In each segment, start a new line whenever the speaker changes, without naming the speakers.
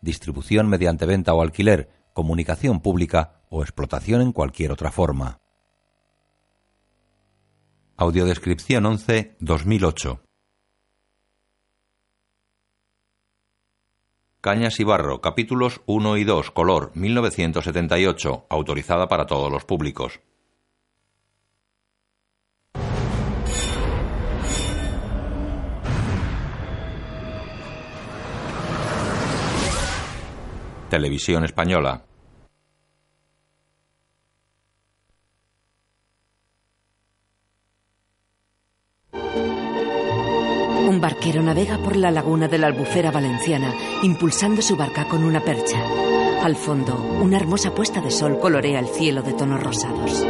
distribución mediante venta o alquiler, comunicación pública o explotación en cualquier otra forma. Audiodescripción 11 2008 Cañas y Barro, capítulos 1 y 2, color 1978, autorizada para todos los públicos. Televisión Española.
Un barquero navega por la laguna de la Albufera Valenciana, impulsando su barca con una percha. Al fondo, una hermosa puesta de sol colorea el cielo de tonos rosados.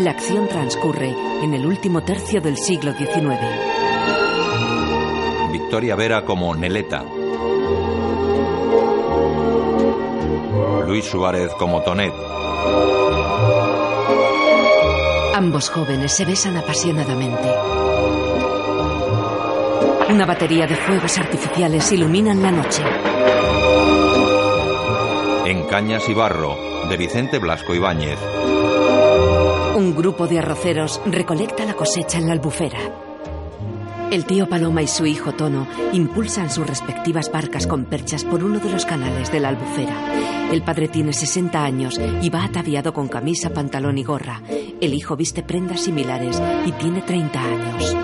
La acción transcurre en el último tercio del siglo XIX.
Victoria Vera como Neleta. Luis Suárez como Tonet.
Ambos jóvenes se besan apasionadamente. Una batería de fuegos artificiales iluminan la noche.
En Cañas y Barro, de Vicente Blasco Ibáñez.
Un grupo de arroceros recolecta la cosecha en la albufera. El tío Paloma y su hijo Tono impulsan sus respectivas barcas con perchas por uno de los canales de la albufera. El padre tiene 60 años y va ataviado con camisa, pantalón y gorra. El hijo viste prendas similares y tiene 30 años.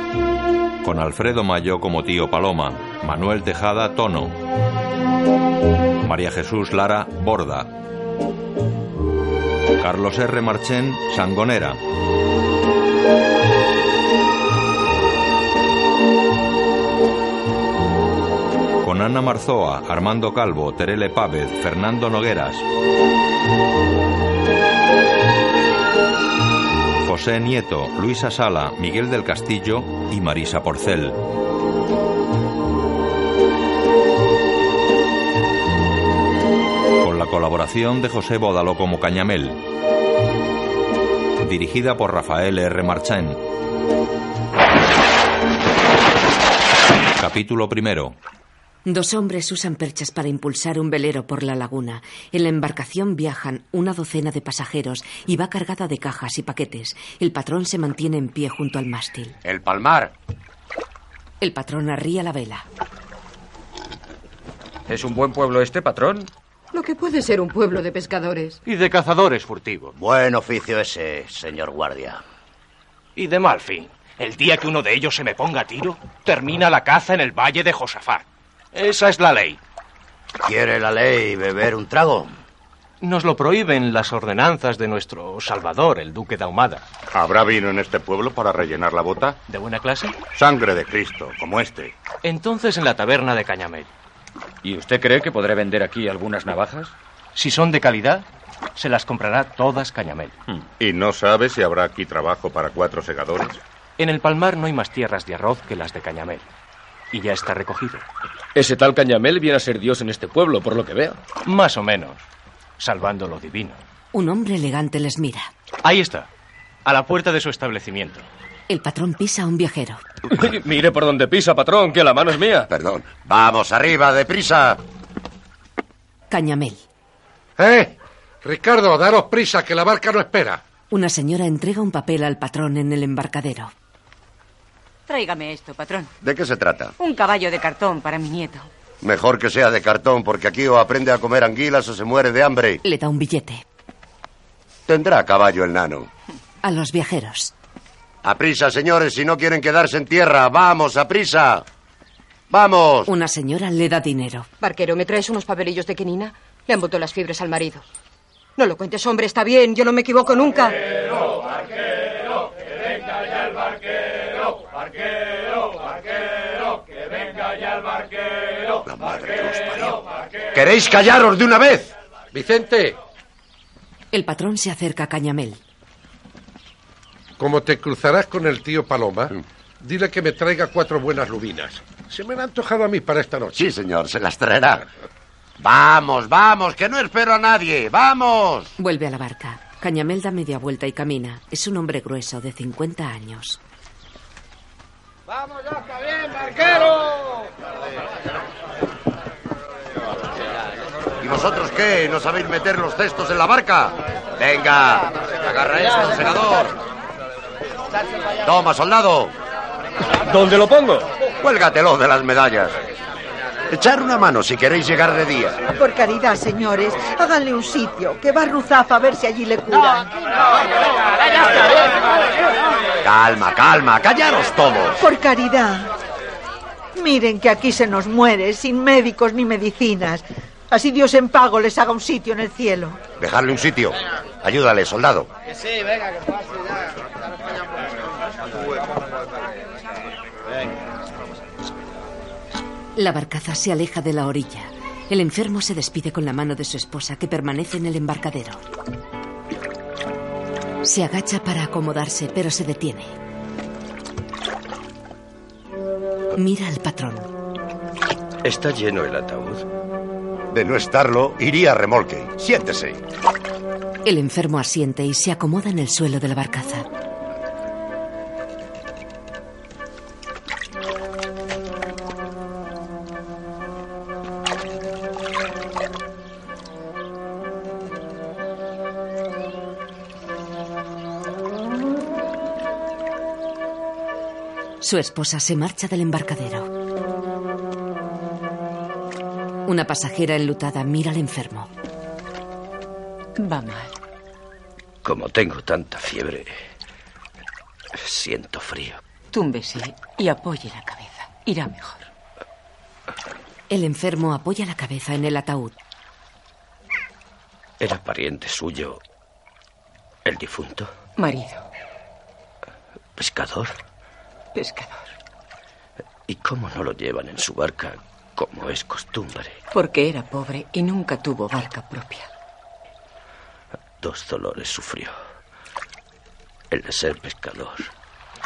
Con Alfredo Mayo como tío Paloma, Manuel Tejada Tono, María Jesús Lara Borda, Carlos R. Marchén Sangonera. con Ana Marzoa, Armando Calvo, Terele Pávez, Fernando Nogueras, José Nieto, Luisa Sala, Miguel del Castillo y Marisa Porcel. Con la colaboración de José Bódalo como Cañamel. Dirigida por Rafael R. Marchán. Capítulo primero.
Dos hombres usan perchas para impulsar un velero por la laguna. En la embarcación viajan una docena de pasajeros y va cargada de cajas y paquetes. El patrón se mantiene en pie junto al mástil.
El palmar.
El patrón arría la vela.
¿Es un buen pueblo este, patrón?
Lo que puede ser un pueblo de pescadores.
Y de cazadores furtivos.
Buen oficio ese, señor guardia.
Y de mal fin. El día que uno de ellos se me ponga a tiro, termina la caza en el valle de Josafat. Esa es la ley.
¿Quiere la ley beber un trago?
Nos lo prohíben las ordenanzas de nuestro Salvador, el duque de Ahumada.
¿Habrá vino en este pueblo para rellenar la bota?
¿De buena clase?
Sangre de Cristo, como este.
Entonces en la taberna de Cañamel.
¿Y usted cree que podré vender aquí algunas navajas?
Si son de calidad, se las comprará todas Cañamel.
Hmm. ¿Y no sabe si habrá aquí trabajo para cuatro segadores?
En el Palmar no hay más tierras de arroz que las de Cañamel. Y ya está recogido.
Ese tal Cañamel viene a ser Dios en este pueblo, por lo que veo.
Más o menos, salvando lo divino.
Un hombre elegante les mira.
Ahí está, a la puerta de su establecimiento.
El patrón pisa a un viajero.
Mire por donde pisa, patrón, que la mano es mía.
Perdón. Vamos, arriba, deprisa.
Cañamel.
¡Eh! Ricardo, daros prisa, que la barca no espera.
Una señora entrega un papel al patrón en el embarcadero.
Tráigame esto, patrón.
¿De qué se trata?
Un caballo de cartón para mi nieto.
Mejor que sea de cartón, porque aquí o aprende a comer anguilas o se muere de hambre.
Le da un billete.
Tendrá caballo el nano.
A los viajeros.
A prisa, señores, si no quieren quedarse en tierra. Vamos, a prisa. Vamos.
Una señora le da dinero.
Barquero, ¿me traes unos papelillos de quinina? Le han botado las fibras al marido. No lo cuentes, hombre, está bien. Yo no me equivoco nunca.
Barquero, barquero, que venga ya el barquero. Barquero, barquero, que venga ya el barquero.
La madre que os
barquero,
parió.
barquero.
¿Queréis callaros de una vez?
Vicente,
El patrón se acerca a Cañamel.
como te cruzarás con el tío Paloma, dile que me traiga cuatro buenas lubinas. Se me han antojado a mí para esta noche.
Sí, señor, se las traerá. Vamos, vamos, que no espero a nadie. Vamos.
Vuelve a la barca. Cañamel da media vuelta y camina. Es un hombre grueso de 50 años.
¿Y vosotros qué? ¿No sabéis meter los cestos en la barca? Venga, agarra esto, segador. Toma, soldado.
¿Dónde lo pongo?
Cuélgatelo de las medallas. Echar una mano si queréis llegar de día.
Por caridad, señores, háganle un sitio, que va Ruzafa a ver si allí le curan.
Calma, calma, callaros todos.
Por caridad. Miren que aquí se nos muere, sin médicos ni medicinas. Así Dios en pago les haga un sitio en el cielo.
Dejarle un sitio. Ayúdale, soldado.
La barcaza se aleja de la orilla. El enfermo se despide con la mano de su esposa que permanece en el embarcadero. Se agacha para acomodarse, pero se detiene. Mira al patrón.
¿Está lleno el ataúd?
De no estarlo, iría a remolque. Siéntese.
El enfermo asiente y se acomoda en el suelo de la barcaza. Su esposa se marcha del embarcadero. Una pasajera enlutada mira al enfermo.
Va mal.
Como tengo tanta fiebre, siento frío.
Túmbese y apoye la cabeza. Irá mejor.
El enfermo apoya la cabeza en el ataúd.
¿Era pariente suyo el difunto?
Marido,
¿Pescador?
pescador.
¿Y cómo no lo llevan en su barca como es costumbre?
Porque era pobre y nunca tuvo barca propia.
Dos dolores sufrió. El de ser pescador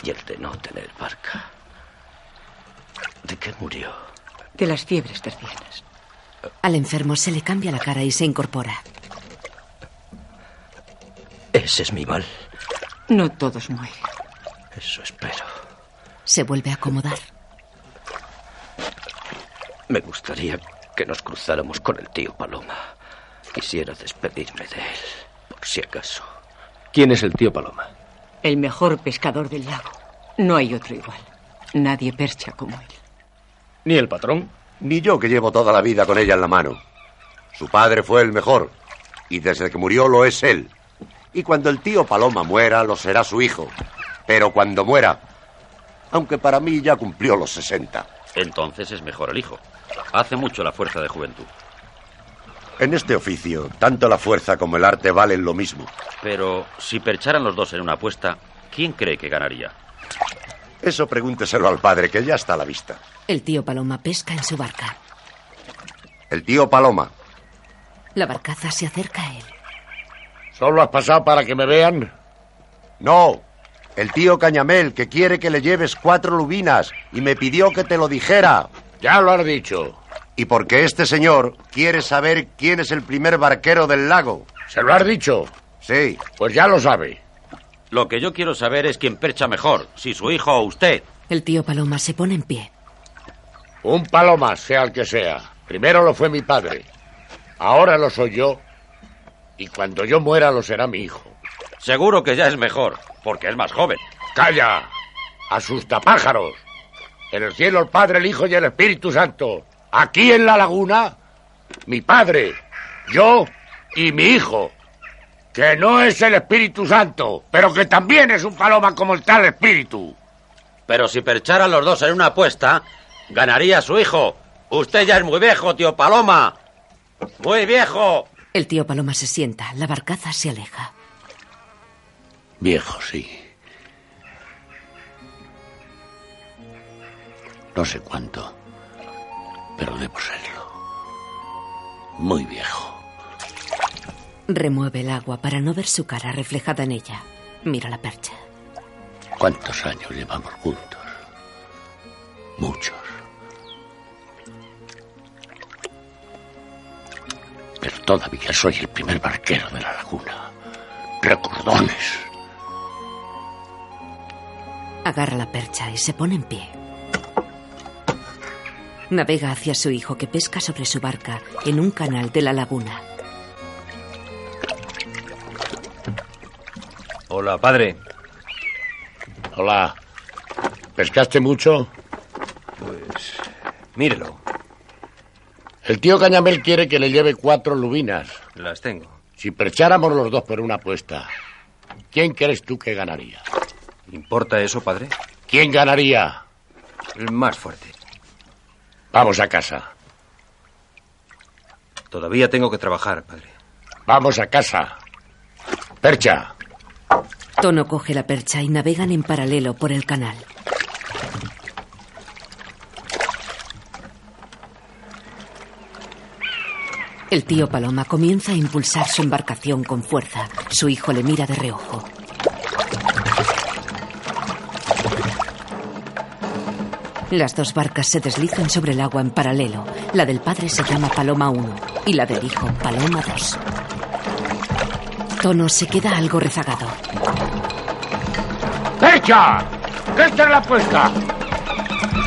y el de no tener barca. ¿De qué murió?
De las fiebres tercianas.
Al enfermo se le cambia la cara y se incorpora.
Ese es mi mal.
No todos mueren.
Eso espero.
Se vuelve a acomodar.
Me gustaría que nos cruzáramos con el tío Paloma. Quisiera despedirme de él, por si acaso.
¿Quién es el tío Paloma?
El mejor pescador del lago. No hay otro igual. Nadie percha como él.
¿Ni el patrón?
Ni yo que llevo toda la vida con ella en la mano. Su padre fue el mejor. Y desde que murió lo es él. Y cuando el tío Paloma muera, lo será su hijo. Pero cuando muera. Aunque para mí ya cumplió los 60.
Entonces es mejor el hijo. Hace mucho la fuerza de juventud.
En este oficio, tanto la fuerza como el arte valen lo mismo.
Pero si percharan los dos en una apuesta, ¿quién cree que ganaría?
Eso pregúnteselo al padre, que ya está a la vista.
El tío Paloma pesca en su barca.
El tío Paloma.
La barcaza se acerca a él.
¿Solo has pasado para que me vean? No. El tío Cañamel, que quiere que le lleves cuatro lubinas y me pidió que te lo dijera. Ya lo has dicho. Y porque este señor quiere saber quién es el primer barquero del lago. ¿Se lo has dicho? Sí. Pues ya lo sabe.
Lo que yo quiero saber es quién percha mejor, si su hijo o usted.
El tío Paloma se pone en pie.
Un paloma, sea el que sea. Primero lo fue mi padre. Ahora lo soy yo. Y cuando yo muera lo será mi hijo.
Seguro que ya es mejor, porque es más joven.
¡Calla! ¡Asusta pájaros! En el cielo el Padre, el Hijo y el Espíritu Santo. Aquí en la laguna, mi padre, yo y mi hijo. Que no es el Espíritu Santo, pero que también es un paloma como el tal Espíritu.
Pero si percharan los dos en una apuesta, ganaría su hijo. Usted ya es muy viejo, tío Paloma. Muy viejo.
El tío Paloma se sienta. La barcaza se aleja.
Viejo, sí. No sé cuánto, pero debo serlo. Muy viejo.
Remueve el agua para no ver su cara reflejada en ella. Mira la percha.
¿Cuántos años llevamos juntos? Muchos. Pero todavía soy el primer barquero de la laguna. Recordones.
Agarra la percha y se pone en pie. Navega hacia su hijo que pesca sobre su barca en un canal de la laguna.
Hola, padre. Hola. ¿Pescaste mucho? Pues. Mírelo. El tío Cañamel quiere que le lleve cuatro lubinas.
Las tengo.
Si percháramos los dos por una apuesta, ¿quién crees tú que ganaría?
¿Importa eso, padre?
¿Quién ganaría?
El más fuerte.
Vamos a casa.
Todavía tengo que trabajar, padre.
Vamos a casa. Percha.
Tono coge la percha y navegan en paralelo por el canal. El tío Paloma comienza a impulsar su embarcación con fuerza. Su hijo le mira de reojo. Las dos barcas se deslizan sobre el agua en paralelo. La del padre se llama Paloma 1 y la del hijo Paloma 2. Tono se queda algo rezagado.
¡Percha! ¡Esta es la apuesta!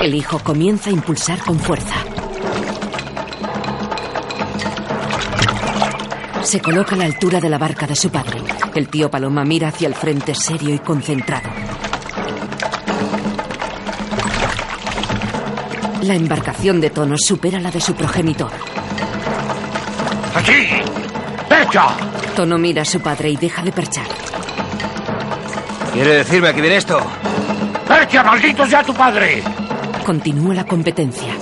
El hijo comienza a impulsar con fuerza. Se coloca a la altura de la barca de su padre. El tío Paloma mira hacia el frente serio y concentrado. La embarcación de Tono supera la de su progenitor.
¡Aquí! ¡Percha!
Tono mira a su padre y deja de perchar.
¿Quiere decirme que viene esto?
¡Percha, maldito sea tu padre!
Continúa la competencia.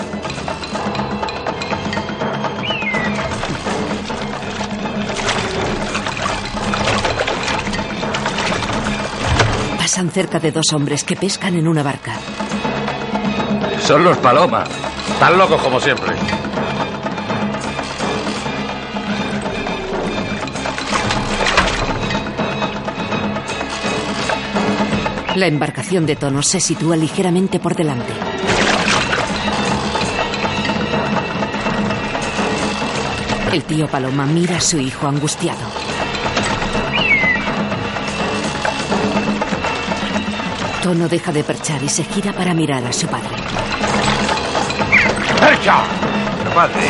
Pasan cerca de dos hombres que pescan en una barca.
Son los palomas. Tan locos como siempre.
La embarcación de Tono se sitúa ligeramente por delante. El tío Paloma mira a su hijo angustiado. Tono deja de perchar y se gira para mirar a su padre.
¡Percha!
Pero padre,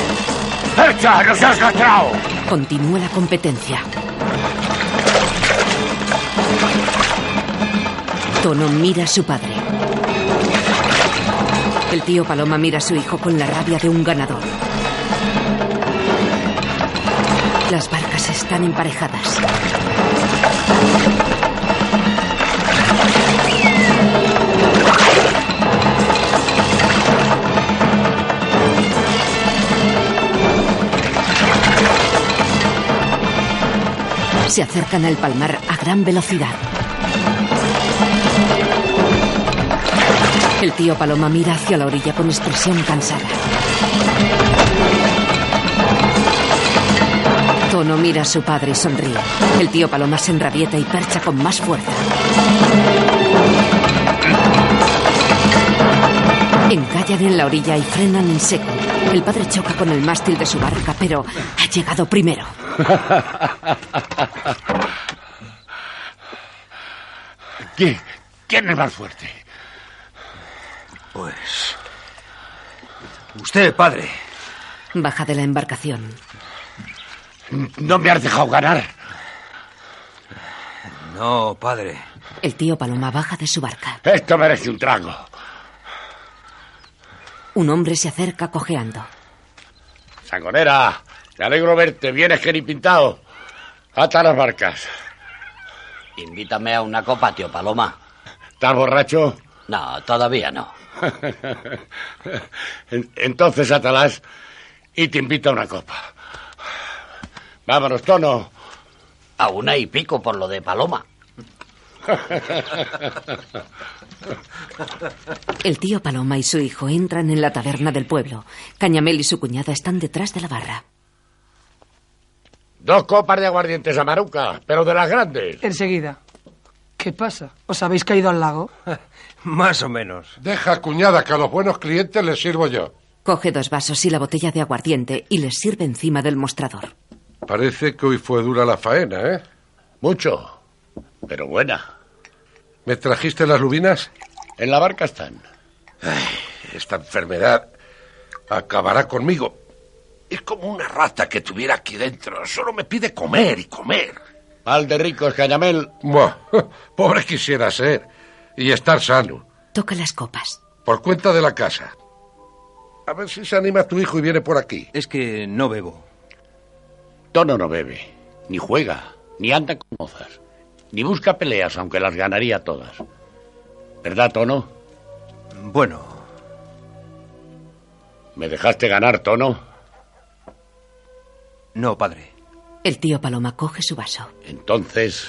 ¡Percha! ¡Nos has castrado!
Continúa la competencia. Tono mira a su padre. El tío Paloma mira a su hijo con la rabia de un ganador. Las barcas están emparejadas. Se acercan al palmar a gran velocidad. El tío Paloma mira hacia la orilla con expresión cansada. Tono mira a su padre y sonríe. El tío Paloma se enrabieta y percha con más fuerza. Encallan en la orilla y frenan en seco. El padre choca con el mástil de su barca, pero ha llegado primero.
¿Quién, ¿Quién es más fuerte?
Pues. Usted, padre.
Baja de la embarcación.
No me has dejado ganar.
No, padre.
El tío Paloma baja de su barca.
Esto merece un trago.
Un hombre se acerca cojeando.
Sangonera, te alegro verte. Vienes queripintado. Ata las barcas.
Invítame a una copa, tío Paloma.
¿Estás borracho?
No, todavía no.
En- Entonces, Atalás, y te invito a una copa. Vámonos, Tono.
A una y pico por lo de Paloma.
El tío Paloma y su hijo entran en la taberna del pueblo. Cañamel y su cuñada están detrás de la barra.
Dos copas de aguardientes a Maruca, pero de las grandes.
Enseguida. ¿Qué pasa? ¿Os habéis caído al lago?
Más o menos. Deja, cuñada, que a los buenos clientes les sirvo yo.
Coge dos vasos y la botella de aguardiente y les sirve encima del mostrador.
Parece que hoy fue dura la faena, ¿eh? Mucho, pero buena. ¿Me trajiste las lubinas? En la barca están. esta enfermedad acabará conmigo.
Es como una rata que tuviera aquí dentro. Solo me pide comer y comer. Mal de ricos, Cañamel.
Buah, pobre quisiera ser y estar sano,
Toca las copas.
por cuenta de la casa. A ver si se anima tu hijo y viene por aquí.
Es que Eh, no bebo. Tono no bebe, ni juega, ni anda con mozas, ni busca peleas, aunque las ganaría todas. ¿Verdad, Tono? Bueno. ¿Me dejaste ganar, Tono? No, padre.
El tío Paloma coge su vaso,
Entonces,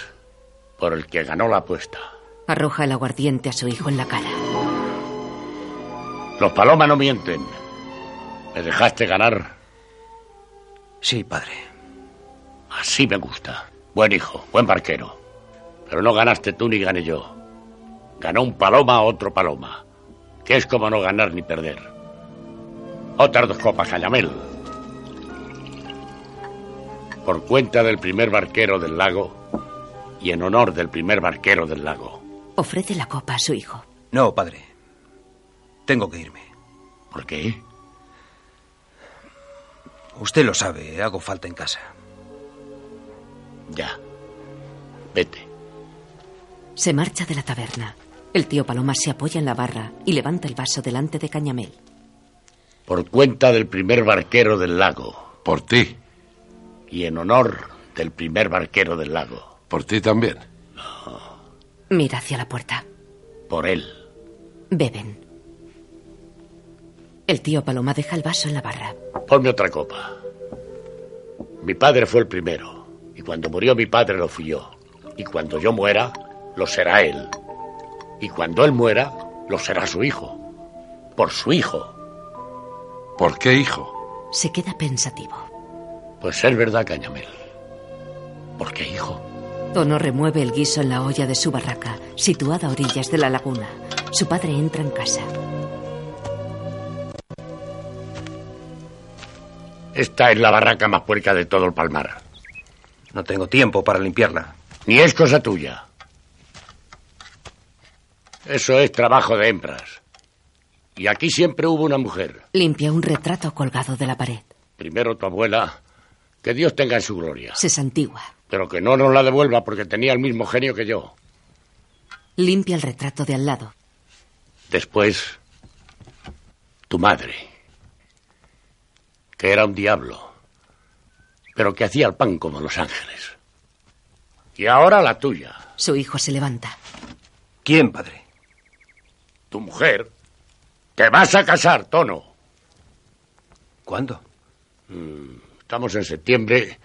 por el que ganó la apuesta.
arroja el aguardiente a su hijo en la cara.
Los palomas no mienten. ¿Me dejaste ganar? Sí, padre. Así me gusta. Buen hijo, buen barquero. Pero no ganaste tú ni gané yo. Ganó un paloma a otro paloma. Que es como no ganar ni perder. Otras dos copas, Cañamel. Por cuenta del primer barquero del lago y en honor del primer barquero del lago.
Ofrece la copa a su hijo.
No, padre. Tengo que irme. ¿Por qué?
Usted lo sabe, ¿eh? hago falta en casa.
Ya.
Se marcha de la taberna. El tío Paloma se apoya en la barra y levanta el vaso delante de Cañamel.
por cuenta del primer barquero del lago. Por ti. Y en honor del primer barquero del lago. Por ti también.
Mira hacia la puerta.
Por él.
Beben. El tío Paloma deja el vaso en la barra.
Ponme otra copa. Mi padre fue el primero. Y cuando murió mi padre lo fui yo. Y cuando yo muera, lo será él. Y cuando él muera, lo será su hijo. Por su hijo. ¿Por qué hijo?
Se queda pensativo.
Pues es verdad, Cañamel. ¿Por qué hijo?
Tono remueve el guiso en la olla de su barraca, situada a orillas de la laguna. Su padre entra en casa.
Esta es la barraca más puerca de todo el Palmar. No tengo tiempo para limpiarla. Ni es cosa tuya. Eso es trabajo de hembras. Y aquí siempre hubo una mujer.
Limpia un retrato colgado de la pared.
Primero tu abuela. Que Dios tenga en su gloria.
Se santigua.
Pero que no nos la devuelva porque tenía el mismo genio que yo.
Limpia el retrato de al lado.
Después, tu madre, que era un diablo, pero que hacía el pan como los ángeles. Y ahora la tuya.
Su hijo se levanta.
¿Quién, padre? Tu mujer. Te vas a casar, Tono. ¿Cuándo? Mm, Estamos en septiembre.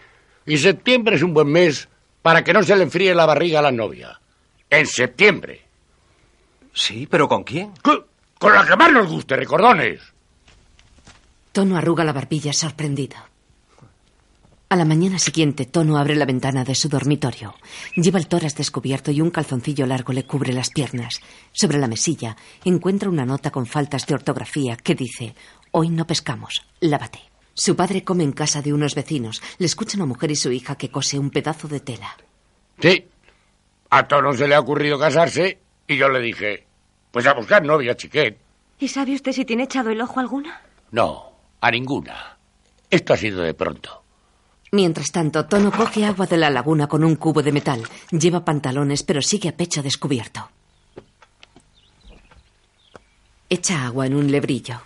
Y septiembre es un buen mes para que no se le enfríe la barriga a la novia. En septiembre. Sí, pero ¿con quién? Con la que más nos guste, recordones.
Tono arruga la barbilla sorprendido. A la mañana siguiente, Tono abre la ventana de su dormitorio. Lleva el toras descubierto y un calzoncillo largo le cubre las piernas. Sobre la mesilla encuentra una nota con faltas de ortografía que dice: Hoy no pescamos, lávate. Su padre come en casa de unos vecinos. Le escucha una mujer y su hija que cose un pedazo de tela.
Sí. A Tono se le ha ocurrido casarse y yo le dije, pues a buscar novia, chiquet.
¿Y sabe usted si tiene echado el ojo alguna?
No, a ninguna. Esto ha sido de pronto.
Mientras tanto, Tono coge agua de la laguna con un cubo de metal. Lleva pantalones, pero sigue a pecho descubierto. Echa agua en un lebrillo.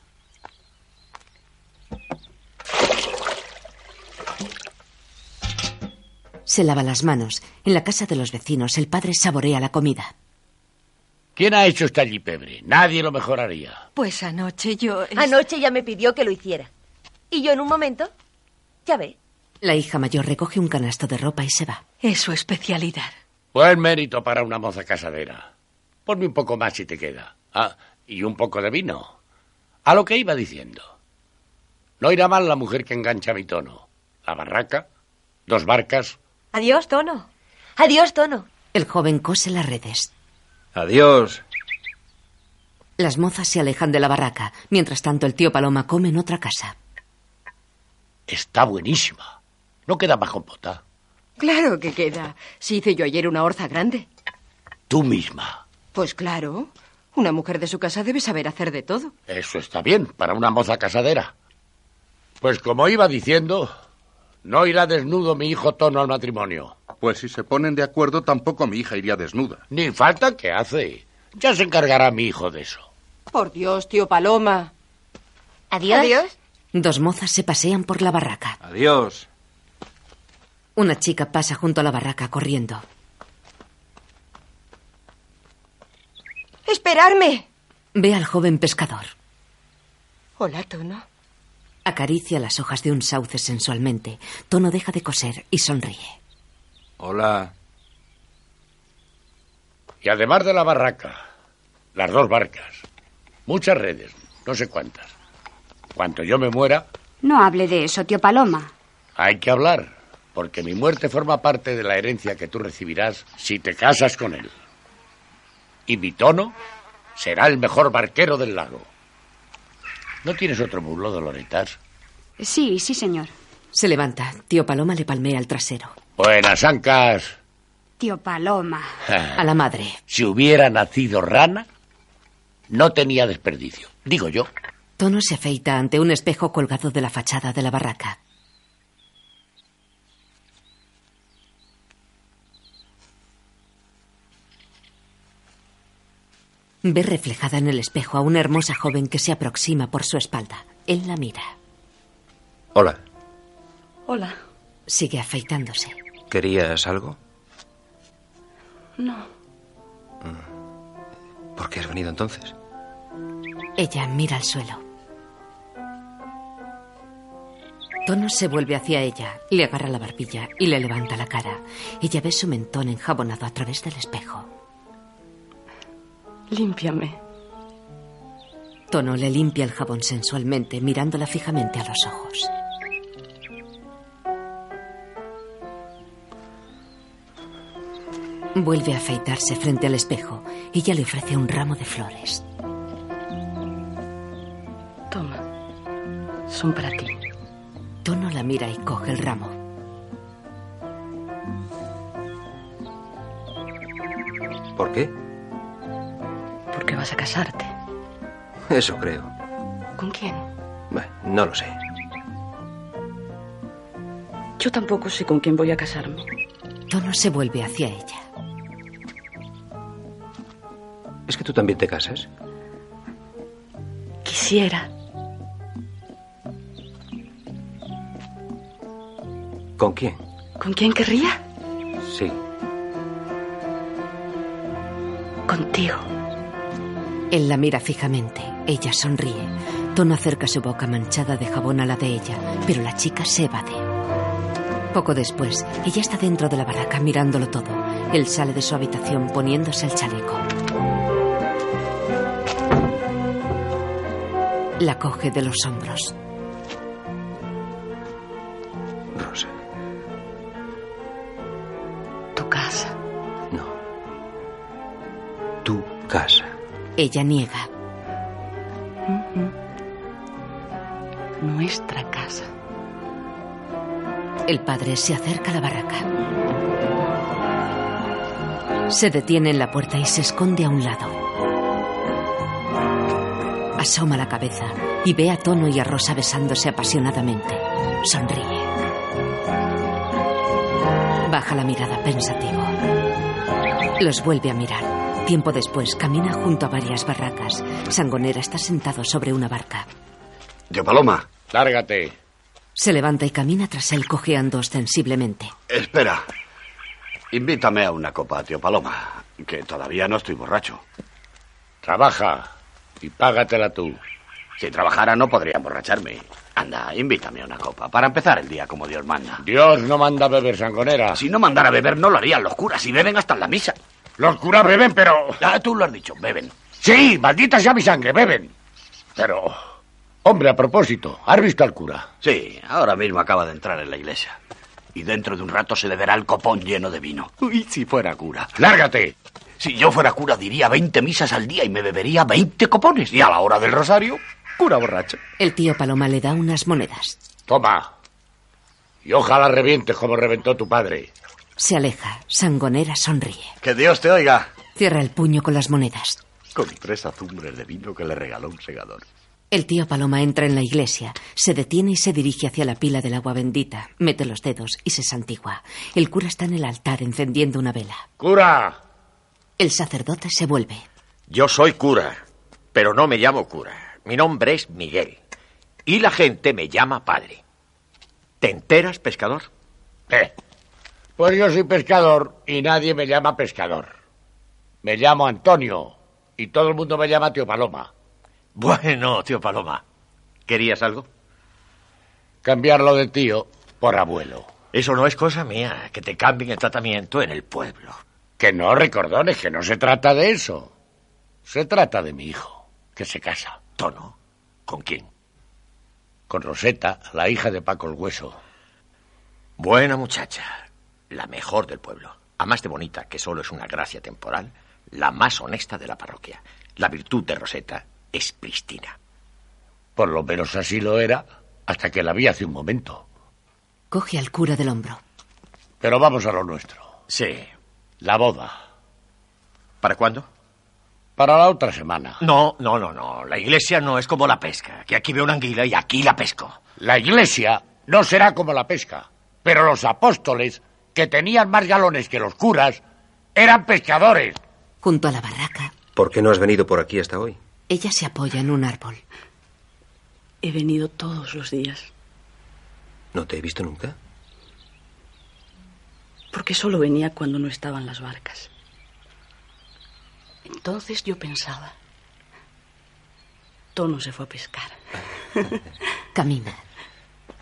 Se lava las manos. En la casa de los vecinos, el padre saborea la comida.
¿Quién ha hecho esta pebre? Nadie lo mejoraría.
Pues anoche yo... Anoche ya me pidió que lo hiciera. Y yo en un momento... Ya ve.
La hija mayor recoge un canasto de ropa y se va.
Es su especialidad.
Buen mérito para una moza casadera. Ponme un poco más si te queda. Ah, y un poco de vino. A lo que iba diciendo. No irá mal la mujer que engancha mi tono. La barraca, dos barcas.
Adiós, Tono. Adiós, Tono.
El joven cose las redes.
Adiós.
Las mozas se alejan de la barraca. Mientras tanto, el tío Paloma come en otra casa.
Está buenísima. No queda más compota.
Claro que queda. Si hice yo ayer una orza grande.
Tú misma.
Pues claro. Una mujer de su casa debe saber hacer de todo.
Eso está bien para una moza casadera. Pues como iba diciendo, no irá desnudo mi hijo Tono al matrimonio.
Pues si se ponen de acuerdo, tampoco mi hija iría desnuda.
Ni falta que hace. Ya se encargará mi hijo de eso.
Por Dios, tío Paloma.
Adiós.
Adiós.
Dos mozas se pasean por la barraca.
Adiós.
Una chica pasa junto a la barraca corriendo.
Esperarme.
Ve al joven pescador.
Hola, Tono.
Acaricia las hojas de un sauce sensualmente. Tono deja de coser y sonríe.
Hola.
Y además de la barraca, las dos barcas, muchas redes, no sé cuántas. Cuanto yo me muera,
No hable de eso, tío Paloma.
hay que hablar, porque mi muerte forma parte de la herencia que tú recibirás si te casas con él. Y mi tono será el mejor barquero del lago. ¿No tienes otro burlo, Doloretas?
Sí, sí, señor.
Se levanta. Tío Paloma le palmea el trasero.
Buenas ancas.
Tío Paloma.
A la madre.
Si hubiera nacido rana, no tenía desperdicio. Digo yo.
Tono se afeita ante un espejo colgado de la fachada de la barraca. Ve reflejada en el espejo a una hermosa joven que se aproxima por su espalda. Él la mira.
Hola.
Hola. Sigue afeitándose.
¿Querías algo?
No.
¿Por qué has venido entonces?
Ella mira al suelo. Tono se vuelve hacia ella, le agarra la barbilla y le levanta la cara. Ella ve su mentón enjabonado a través del espejo.
Límpiame.
Tono le limpia el jabón sensualmente, mirándola fijamente a los ojos. Vuelve a afeitarse frente al espejo. Ella le ofrece un ramo de flores.
Toma. Son para ti.
Tono la mira y coge el ramo.
¿Por qué?
Porque vas a casarte.
Eso creo.
¿Con quién?
Bueno, no lo sé.
Yo tampoco sé con quién voy a casarme.
Tono se vuelve hacia ella.
¿Es que tú también te casas?
Quisiera.
¿Con quién?
¿Con quién querría?
Sí.
Contigo.
Él la mira fijamente. Ella sonríe. Tono acerca su boca manchada de jabón a la de ella, pero la chica se evade. Poco después, ella está dentro de la barraca mirándolo todo. Él sale de su habitación poniéndose el chaleco. La coge de los hombros.
Rosa.
Tu casa.
No. Tu casa.
Ella niega.
Nuestra casa.
El padre se acerca a la barraca. Se detiene en la puerta y se esconde a un lado. Asoma la cabeza y ve a Tono y a Rosa besándose apasionadamente. Sonríe. Baja la mirada pensativo. Los vuelve a mirar. Tiempo después camina junto a varias barracas. Sangonera está sentado sobre una barca.
Tío Paloma. Lárgate.
Se levanta y camina tras él cojeando ostensiblemente.
Espera. Invítame a una copa, tío Paloma, que todavía no estoy borracho.
Trabaja y págatela tú.
Si trabajara no podría emborracharme. Anda, invítame a una copa, para empezar el día como Dios manda.
Dios no manda a beber sangonera.
Si no mandara a beber, no lo harían los curas, y beben hasta en la misa.
Los curas beben, pero...
Ah, tú lo has dicho, beben.
Sí, maldita sea mi sangre, beben. Pero... Hombre, a propósito, ¿has visto al cura?
Sí, ahora mismo acaba de entrar en la iglesia. Y dentro de un rato se beberá el copón lleno de vino. Uy, si fuera cura.
¡Lárgate!
Si yo fuera cura diría 20 misas al día y me bebería 20 copones. Y a la hora del rosario, cura borracho.
El tío Paloma le da unas monedas.
Toma. Y ojalá revientes como reventó tu padre.
Se aleja. Sangonera sonríe.
Que Dios te oiga.
Cierra el puño con las monedas.
Con tres azumbres de vino que le regaló un segador.
El tío Paloma entra en la iglesia, se detiene y se dirige hacia la pila del agua bendita, mete los dedos y se santigua. El cura está en el altar encendiendo una vela.
¡Cura!
El sacerdote se vuelve.
Yo soy cura, pero no me llamo cura. Mi nombre es Miguel. Y la gente me llama padre. ¿Te enteras, pescador?
Eh. Pues yo soy pescador y nadie me llama pescador. Me llamo Antonio y todo el mundo me llama tío Paloma.
Bueno, tío Paloma. ¿Querías algo?
Cambiarlo de tío por abuelo.
Eso no es cosa mía, que te cambien el tratamiento en el pueblo.
Que no, recordones, que no se trata de eso. Se trata de mi hijo, que se casa.
¿Tono? ¿Con quién?
Con Rosetta, la hija de Paco el Hueso.
Buena muchacha, la mejor del pueblo. A más de bonita, que solo es una gracia temporal, la más honesta de la parroquia. La virtud de Rosetta es pristina.
Por lo menos así lo era hasta que la vi hace un momento.
Coge al cura del hombro.
Pero vamos a lo nuestro.
Sí.
La boda.
¿Para cuándo?
Para la otra semana.
No, no, no, no. La iglesia no es como la pesca, que aquí veo una anguila y aquí la pesco.
La iglesia no será como la pesca, pero los apóstoles, que tenían más galones que los curas, eran pescadores.
Junto a la barraca,
¿Por qué no has venido por aquí hasta hoy?
ella se apoya en un árbol.
He venido todos los días,
¿No te he visto nunca?
porque solo venía cuando no estaban las barcas. Entonces yo pensaba, Tono se fue a pescar.
Camina.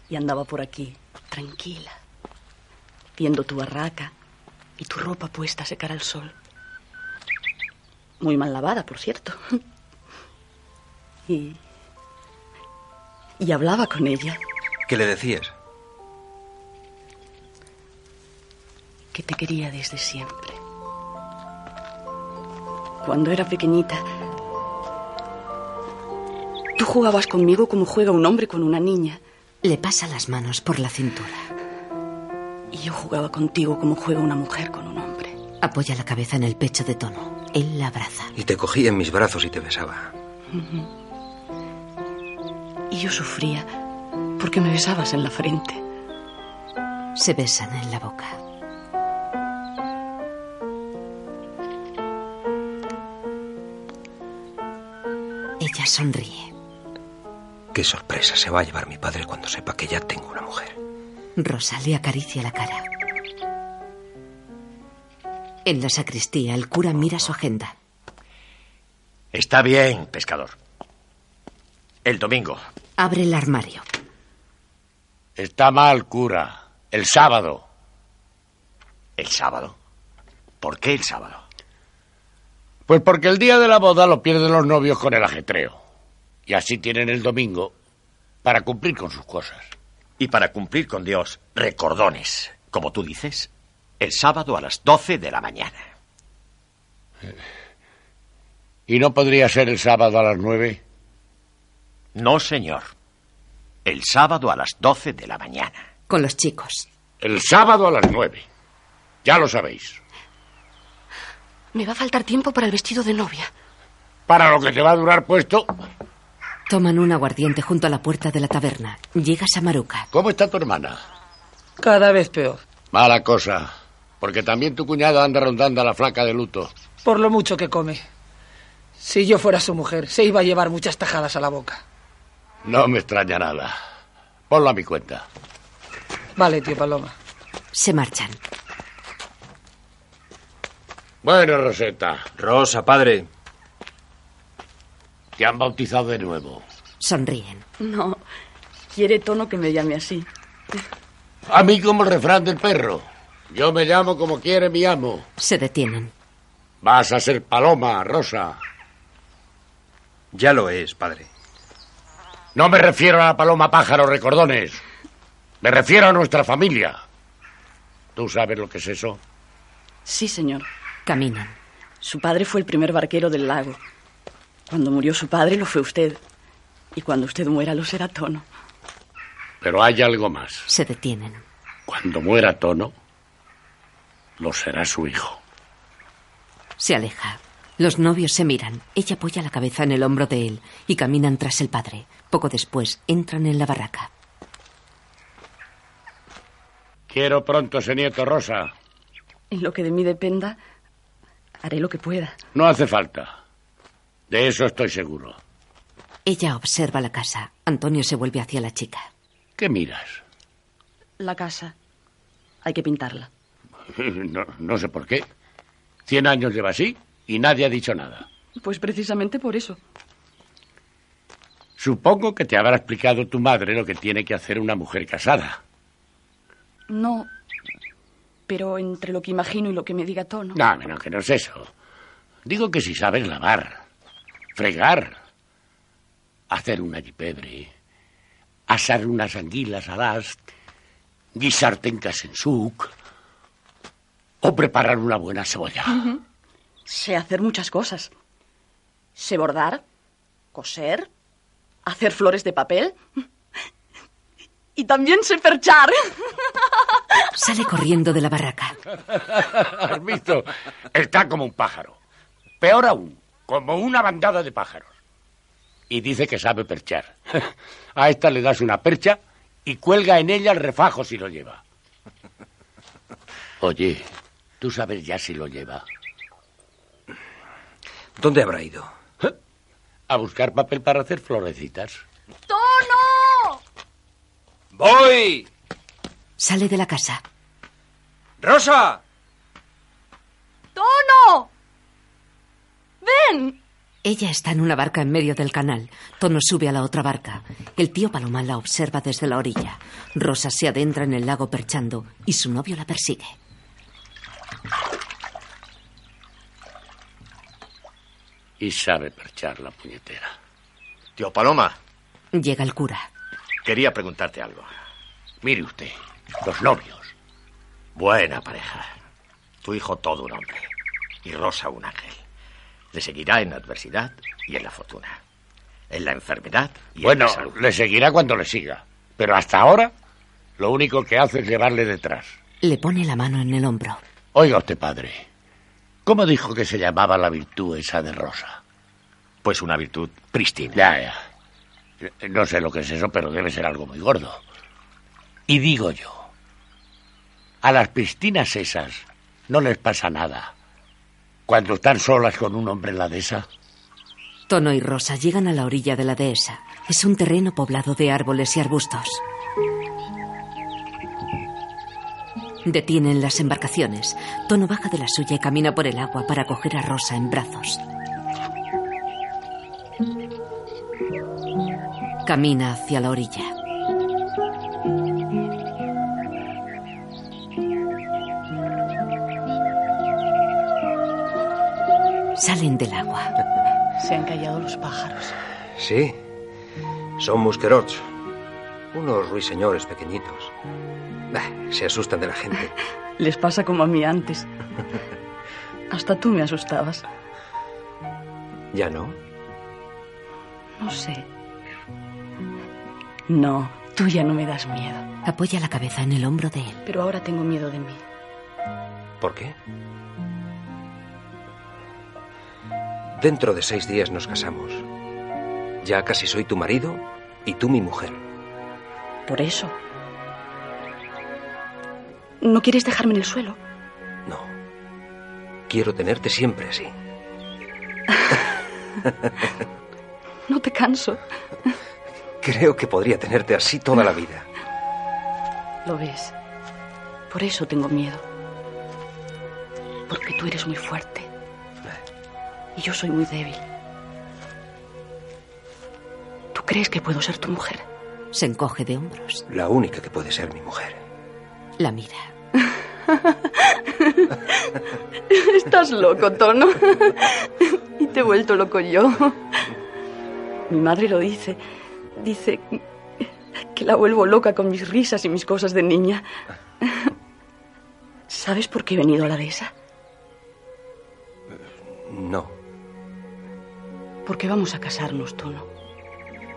Y andaba por aquí, tranquila, viendo tu barraca y tu ropa puesta a secar al sol. Muy mal lavada, por cierto. Y. Y hablaba con ella,
¿Qué le decías?
que te quería desde siempre. Cuando era pequeñita, tú jugabas conmigo como juega un hombre con una niña.
Le pasa las manos por la cintura.
Y yo jugaba contigo como juega una mujer con un hombre.
Apoya la cabeza en el pecho de Tono. Él la abraza.
Y te cogí en mis brazos y te besaba.
Ujú. Y yo sufría porque me besabas en la frente.
Se besan en la boca. Ella sonríe.
Qué sorpresa se va a llevar mi padre cuando sepa que ya tengo una mujer.
Rosa le acaricia la cara. En la sacristía, el cura mira su agenda.
Está bien, pescador. El domingo.
Abre el armario.
Está mal, cura. El sábado.
¿El sábado? ¿Por qué el sábado?
Pues porque el día de la boda lo pierden los novios con el ajetreo. Y así tienen el domingo para cumplir con sus cosas.
Y para cumplir con Dios, recordones, como tú dices, el sábado a las 12 de la mañana.
¿Y no podría ser el sábado a las nueve?
No, señor. El sábado a las 12 de la mañana.
Con los chicos.
El sábado a las nueve. Ya lo sabéis.
Me va a faltar tiempo para el vestido de novia.
Para lo que te va a durar puesto.
Toman un aguardiente junto a la puerta de la taberna. Llega Samaruca.
¿Cómo está tu hermana?
Cada vez peor.
Mala cosa. Porque también tu cuñada anda rondando a la flaca de luto.
Por lo mucho que come. Si yo fuera su mujer, se iba a llevar muchas tajadas a la boca.
No me extraña nada. Ponlo a mi cuenta.
Vale, tío Paloma.
Se marchan.
Bueno, Rosetta.
Rosa, padre.
Te han bautizado de nuevo.
Sonríen.
No, quiere Tono que me llame así.
A mí como el refrán del perro. Yo me llamo como quiere mi amo.
Se detienen.
Vas a ser paloma, Rosa.
Ya lo es, padre.
No me refiero a la paloma pájaro, recordones. Me refiero a nuestra familia. ¿Tú sabes lo que es eso?
Sí, señor.
Caminan.
Su padre fue el primer barquero del lago. Cuando murió su padre lo fue usted. Y cuando usted muera lo será Tono.
Pero hay algo más.
Se detienen.
Cuando muera Tono, lo será su hijo.
Se aleja. Los novios se miran. Ella apoya la cabeza en el hombro de él y caminan tras el padre. Poco después entran en la barraca.
Quiero pronto ese nieto rosa.
En lo que de mí dependa, haré lo que pueda.
No hace falta. De eso estoy seguro.
Ella observa la casa. Antonio se vuelve hacia la chica.
¿Qué miras?
La casa. Hay que pintarla.
No, no sé por qué. Cien años lleva así y nadie ha dicho nada.
Pues precisamente por eso.
Supongo que te habrá explicado tu madre lo que tiene que hacer una mujer casada.
No. Pero entre lo que imagino y lo que me diga Tono.
No, no, que no es eso. Digo que si sabes lavar, fregar, hacer una yipebre, asar unas anguilas al ast, guisarte en casensuc o preparar una buena cebolla.
Ujú. Sé hacer muchas cosas. Sé bordar, coser, hacer flores de papel. Y también sé perchar.
Sale corriendo de la barraca.
¿Has visto? Está como un pájaro. Peor aún, como una bandada de pájaros.
Y dice que sabe perchar. A esta le das una percha y cuelga en ella el refajo si lo lleva. Oye, tú sabes ya si lo lleva.
¿Dónde habrá ido?
A buscar papel para hacer florecitas.
¡Tono!
¡Voy! Sale de la casa.
¡Rosa!
¡Tono! ¡Ven!
Ella está en una barca en medio del canal. Tono sube a la otra barca. El tío Paloma la observa desde la orilla. Rosa se adentra en el lago perchando y su novio la persigue.
Y sabe perchar la puñetera.
Tío Paloma,
Llega el cura.
quería preguntarte algo. Mire usted, los novios. Buena pareja. Tu hijo todo un hombre y Rosa un ángel. Le seguirá en la adversidad y en la fortuna. En la enfermedad y en
Bueno,
la salud.
le seguirá cuando le siga. Pero hasta ahora, lo único que hace es llevarle detrás.
Le pone la mano en el hombro.
Oiga usted, padre. ¿Cómo dijo que se llamaba la virtud esa de Rosa?
Pues una virtud pristina.
Ya, ya. No sé lo que es eso, pero debe ser algo muy gordo. Y digo yo, a las pristinas esas no les pasa nada cuando están solas con un hombre en la dehesa.
Tono y Rosa llegan a la orilla de la dehesa. Es un terreno poblado de árboles y arbustos. Detienen las embarcaciones. Tono baja de la suya y camina por el agua para coger a Rosa en brazos. Camina hacia la orilla. Salen del agua.
Se han callado los pájaros.
Sí. Son musquerots. Unos ruiseñores pequeñitos. Bah, se asustan de la gente.
Les pasa como a mí antes. Hasta tú me asustabas.
¿Ya no?
No sé. No, tú ya no me das miedo.
Apoya la cabeza en el hombro de él.
Pero ahora tengo miedo de mí.
¿Por qué? Dentro de seis días nos casamos. Ya casi soy tu marido y tú mi mujer.
Por eso. ¿No quieres dejarme en el suelo?
No. Quiero tenerte siempre así.
No te canso.
Creo que podría tenerte así toda la vida.
Lo ves. Por eso tengo miedo. Porque tú eres muy fuerte. Y yo soy muy débil. ¿Tú crees que puedo ser tu mujer?
Se encoge de hombros.
La única que puede ser mi mujer.
La mira.
Estás loco, Tono. y te he vuelto loco yo. Mi madre lo dice. Dice que la vuelvo loca con mis risas y mis cosas de niña. ¿Sabes por qué he venido a la dehesa?
No.
Porque vamos a casarnos, Tono.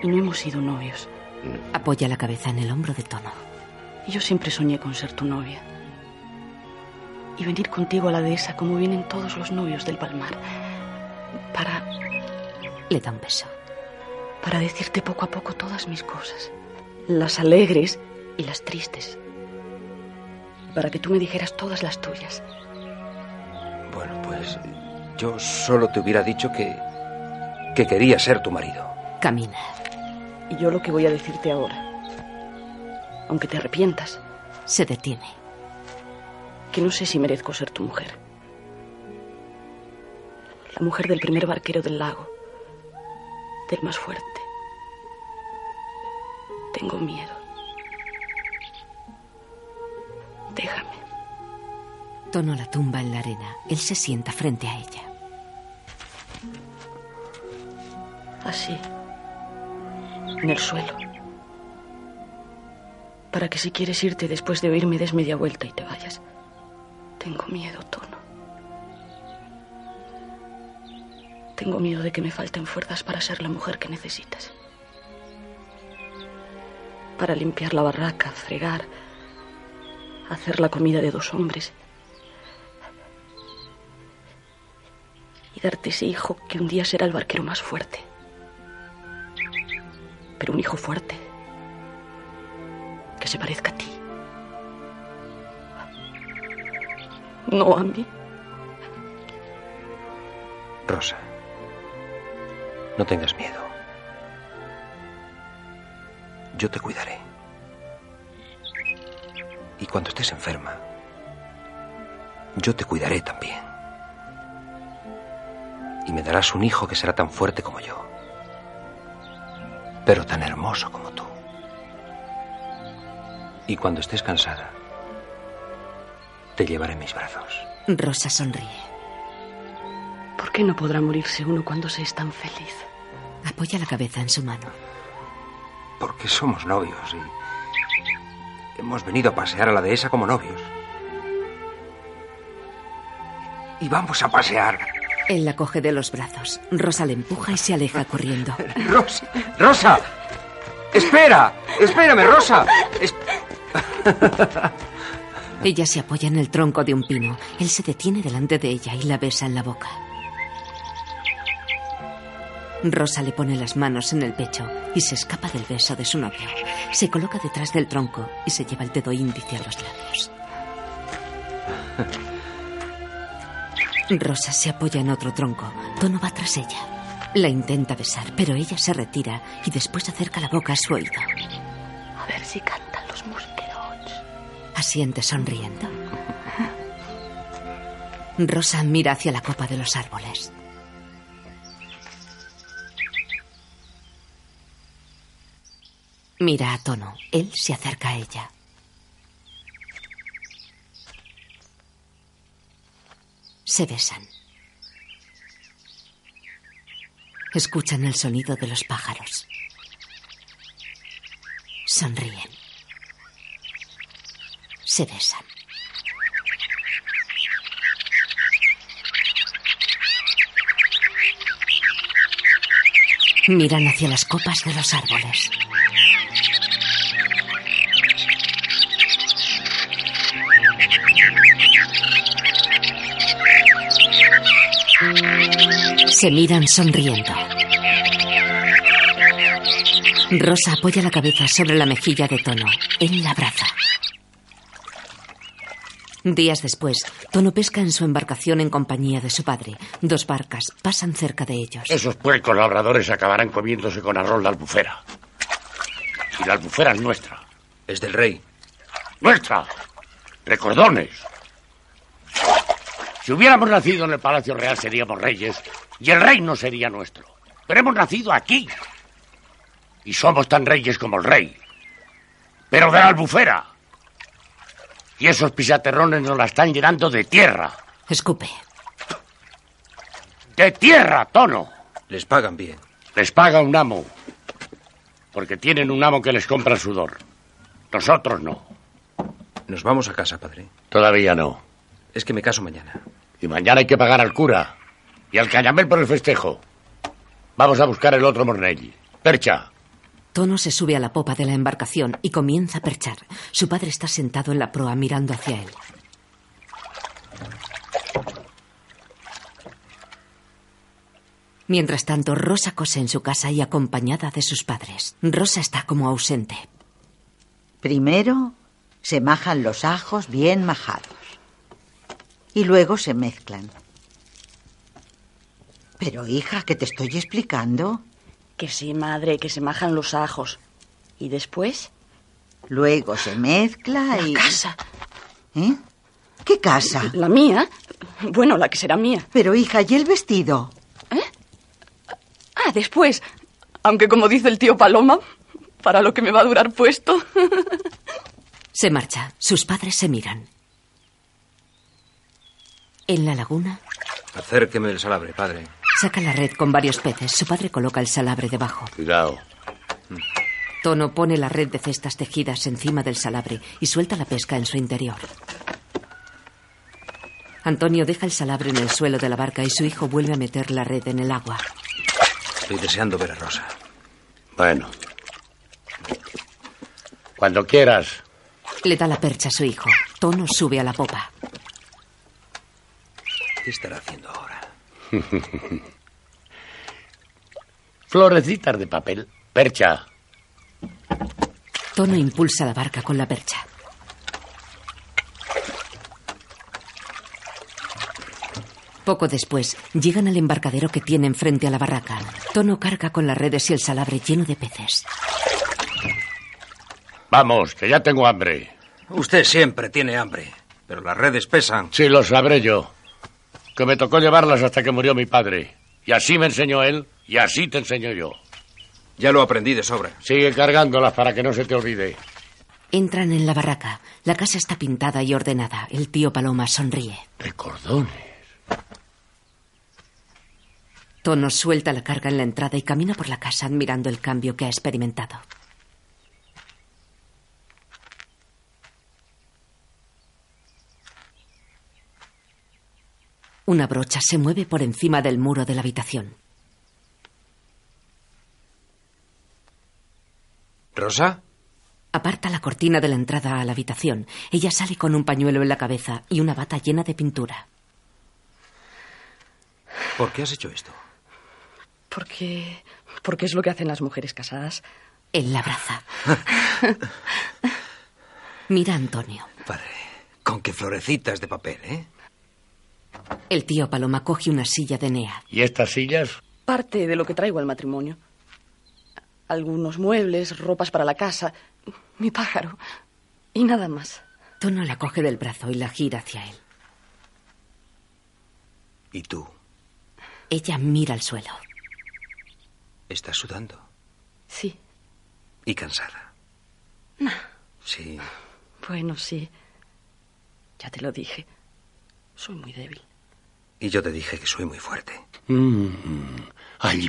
Y no hemos sido novios.
Apoya la cabeza en el hombro de Tono.
Y yo siempre soñé con ser tu novia. Y venir contigo a la dehesa como vienen todos los novios del Palmar. Para...
Le da un beso.
Para decirte poco a poco todas mis cosas. Las alegres y las tristes. Para que tú me dijeras todas las tuyas.
Bueno, pues yo solo te hubiera dicho que, que quería ser tu marido.
Camina.
Y yo lo que voy a decirte ahora, aunque te arrepientas,
se detiene.
Que no sé si merezco ser tu mujer. La mujer del primer barquero del lago, del más fuerte. Tengo miedo. Déjame.
Tono la tumba en la arena. Él se sienta frente a ella.
Así. En el suelo. Para que si quieres irte después de oírme des media vuelta y te vayas. Tengo miedo, Tono. Tengo miedo de que me falten fuerzas para ser la mujer que necesitas. Para limpiar la barraca, fregar, hacer la comida de dos hombres. Y darte ese hijo que un día será el barquero más fuerte pero un hijo fuerte. Que se parezca a ti. No a mí.
Rosa, no tengas miedo. Yo te cuidaré. Y cuando estés enferma, yo te cuidaré también. Y me darás un hijo que será tan fuerte como yo pero tan hermoso como tú. Y cuando estés cansada, te llevaré en mis brazos.
Rosa sonríe.
¿Por qué no podrá morirse uno cuando se es tan feliz?
Apoya la cabeza en su mano.
Porque somos novios y hemos venido a pasear a la dehesa como novios. Y vamos a pasear.
Él la coge de los brazos. Rosa le empuja y se aleja corriendo.
Rosa, Rosa, espera, espérame, Rosa. Es-
Ella se apoya en el tronco de un pino. Él se detiene delante de ella y la besa en la boca. Rosa le pone las manos en el pecho y se escapa del beso de su novio. Se coloca detrás del tronco y se lleva el dedo índice a los labios. Rosa se apoya en otro tronco. Tono va tras ella. La intenta besar, pero ella se retira y después acerca la boca a su oído.
A ver si cantan los mosquerones.
Asiente sonriendo. Rosa mira hacia la copa de los árboles. Mira a Tono. Él se acerca a ella. Se besan. Escuchan el sonido de los pájaros. Sonríen. Se besan. Miran hacia las copas de los árboles. Se miran sonriendo. Rosa apoya la cabeza sobre la mejilla de Tono. Él la abraza. Días después, Tono pesca en su embarcación en compañía de su padre. Dos barcas pasan cerca de ellos.
Esos puercos labradores acabarán comiéndose con arroz la albufera. Y la albufera es nuestra.
Es del rey.
¡Nuestra! ¡Recordones! Si hubiéramos nacido en el Palacio Real seríamos reyes y el reino sería nuestro. Pero hemos nacido aquí. Y somos tan reyes como el rey. Pero de la albufera. Y esos pisaterrones nos la están llenando de tierra.
Escupe.
¡De tierra, Tono!
Les pagan bien.
Les paga un amo. Porque tienen un amo que les compra el sudor. Nosotros no.
Nos vamos a casa, padre.
Todavía no.
Es que me caso mañana.
Y mañana hay que pagar al cura. Y al cañamel por el festejo. Vamos a buscar el otro Mornell. Percha.
Tono se sube a la popa de la embarcación y comienza a perchar. Su padre está sentado en la proa mirando hacia él. Mientras tanto, Rosa cose en su casa y acompañada de sus padres. Rosa está como ausente.
Primero se majan los ajos bien majados. Y luego se mezclan. Pero hija, que te estoy explicando.
Que sí, madre, que se majan los ajos. ¿Y después?
Luego se mezcla y...
La casa.
¿Eh? ¿Qué casa?
La mía. Bueno, la que será mía.
Pero hija, ¿y el vestido?
Ah, después. Aunque como dice el tío Paloma, para lo que me va a durar puesto.
Se marcha. Sus padres se miran. En la laguna
Acérqueme el salabre, padre.
saca la red con varios peces. Su padre coloca el salabre debajo.
Cuidado.
Tono pone la red de cestas tejidas encima del salabre y suelta la pesca en su interior. Antonio deja el salabre en el suelo de la barca y su hijo vuelve a meter la red en el agua.
Estoy deseando ver a Rosa.
Bueno. Cuando quieras.
Le da la percha a su hijo. Tono sube a la popa.
¿Qué estará haciendo ahora?
Florecitas de papel. Percha.
Tono impulsa la barca con la percha. Poco después, llegan al embarcadero que tienen frente a la barraca. Tono carga con las redes y el salabre lleno de peces.
Vamos, que ya tengo hambre.
Usted siempre tiene hambre, pero las redes pesan.
Sí, lo sabré yo. Que me tocó llevarlas hasta que murió mi padre. Y así me enseñó él, y así te enseño yo.
Ya lo aprendí de sobra.
Sigue cargándolas para que no se te olvide.
Entran en la barraca. La casa está pintada y ordenada. El tío Paloma sonríe.
Recordones.
Tono suelta la carga en la entrada y camina por la casa admirando el cambio que ha experimentado. Una brocha se mueve por encima del muro de la habitación.
¿Rosa?
Aparta la cortina de la entrada a la habitación. Ella sale con un pañuelo en la cabeza y una bata llena de pintura.
¿Por qué has hecho esto?
Porque. Porque es lo que hacen las mujeres casadas.
Él la abraza. Mira a Antonio.
Con que florecitas de papel, ¿eh?
El tío Paloma coge una silla de Nea.
¿Y estas sillas?
Parte de lo que traigo al matrimonio. Algunos muebles, ropas para la casa, mi pájaro. Y nada más.
Tono la coge del brazo y la gira hacia él.
¿Y tú?
Ella mira al suelo.
Estás sudando
Sí.
y cansada.
Nah.
Sí.
Bueno, sí. Ya te lo dije. Soy muy débil.
Y yo te dije que soy muy fuerte.
Mm,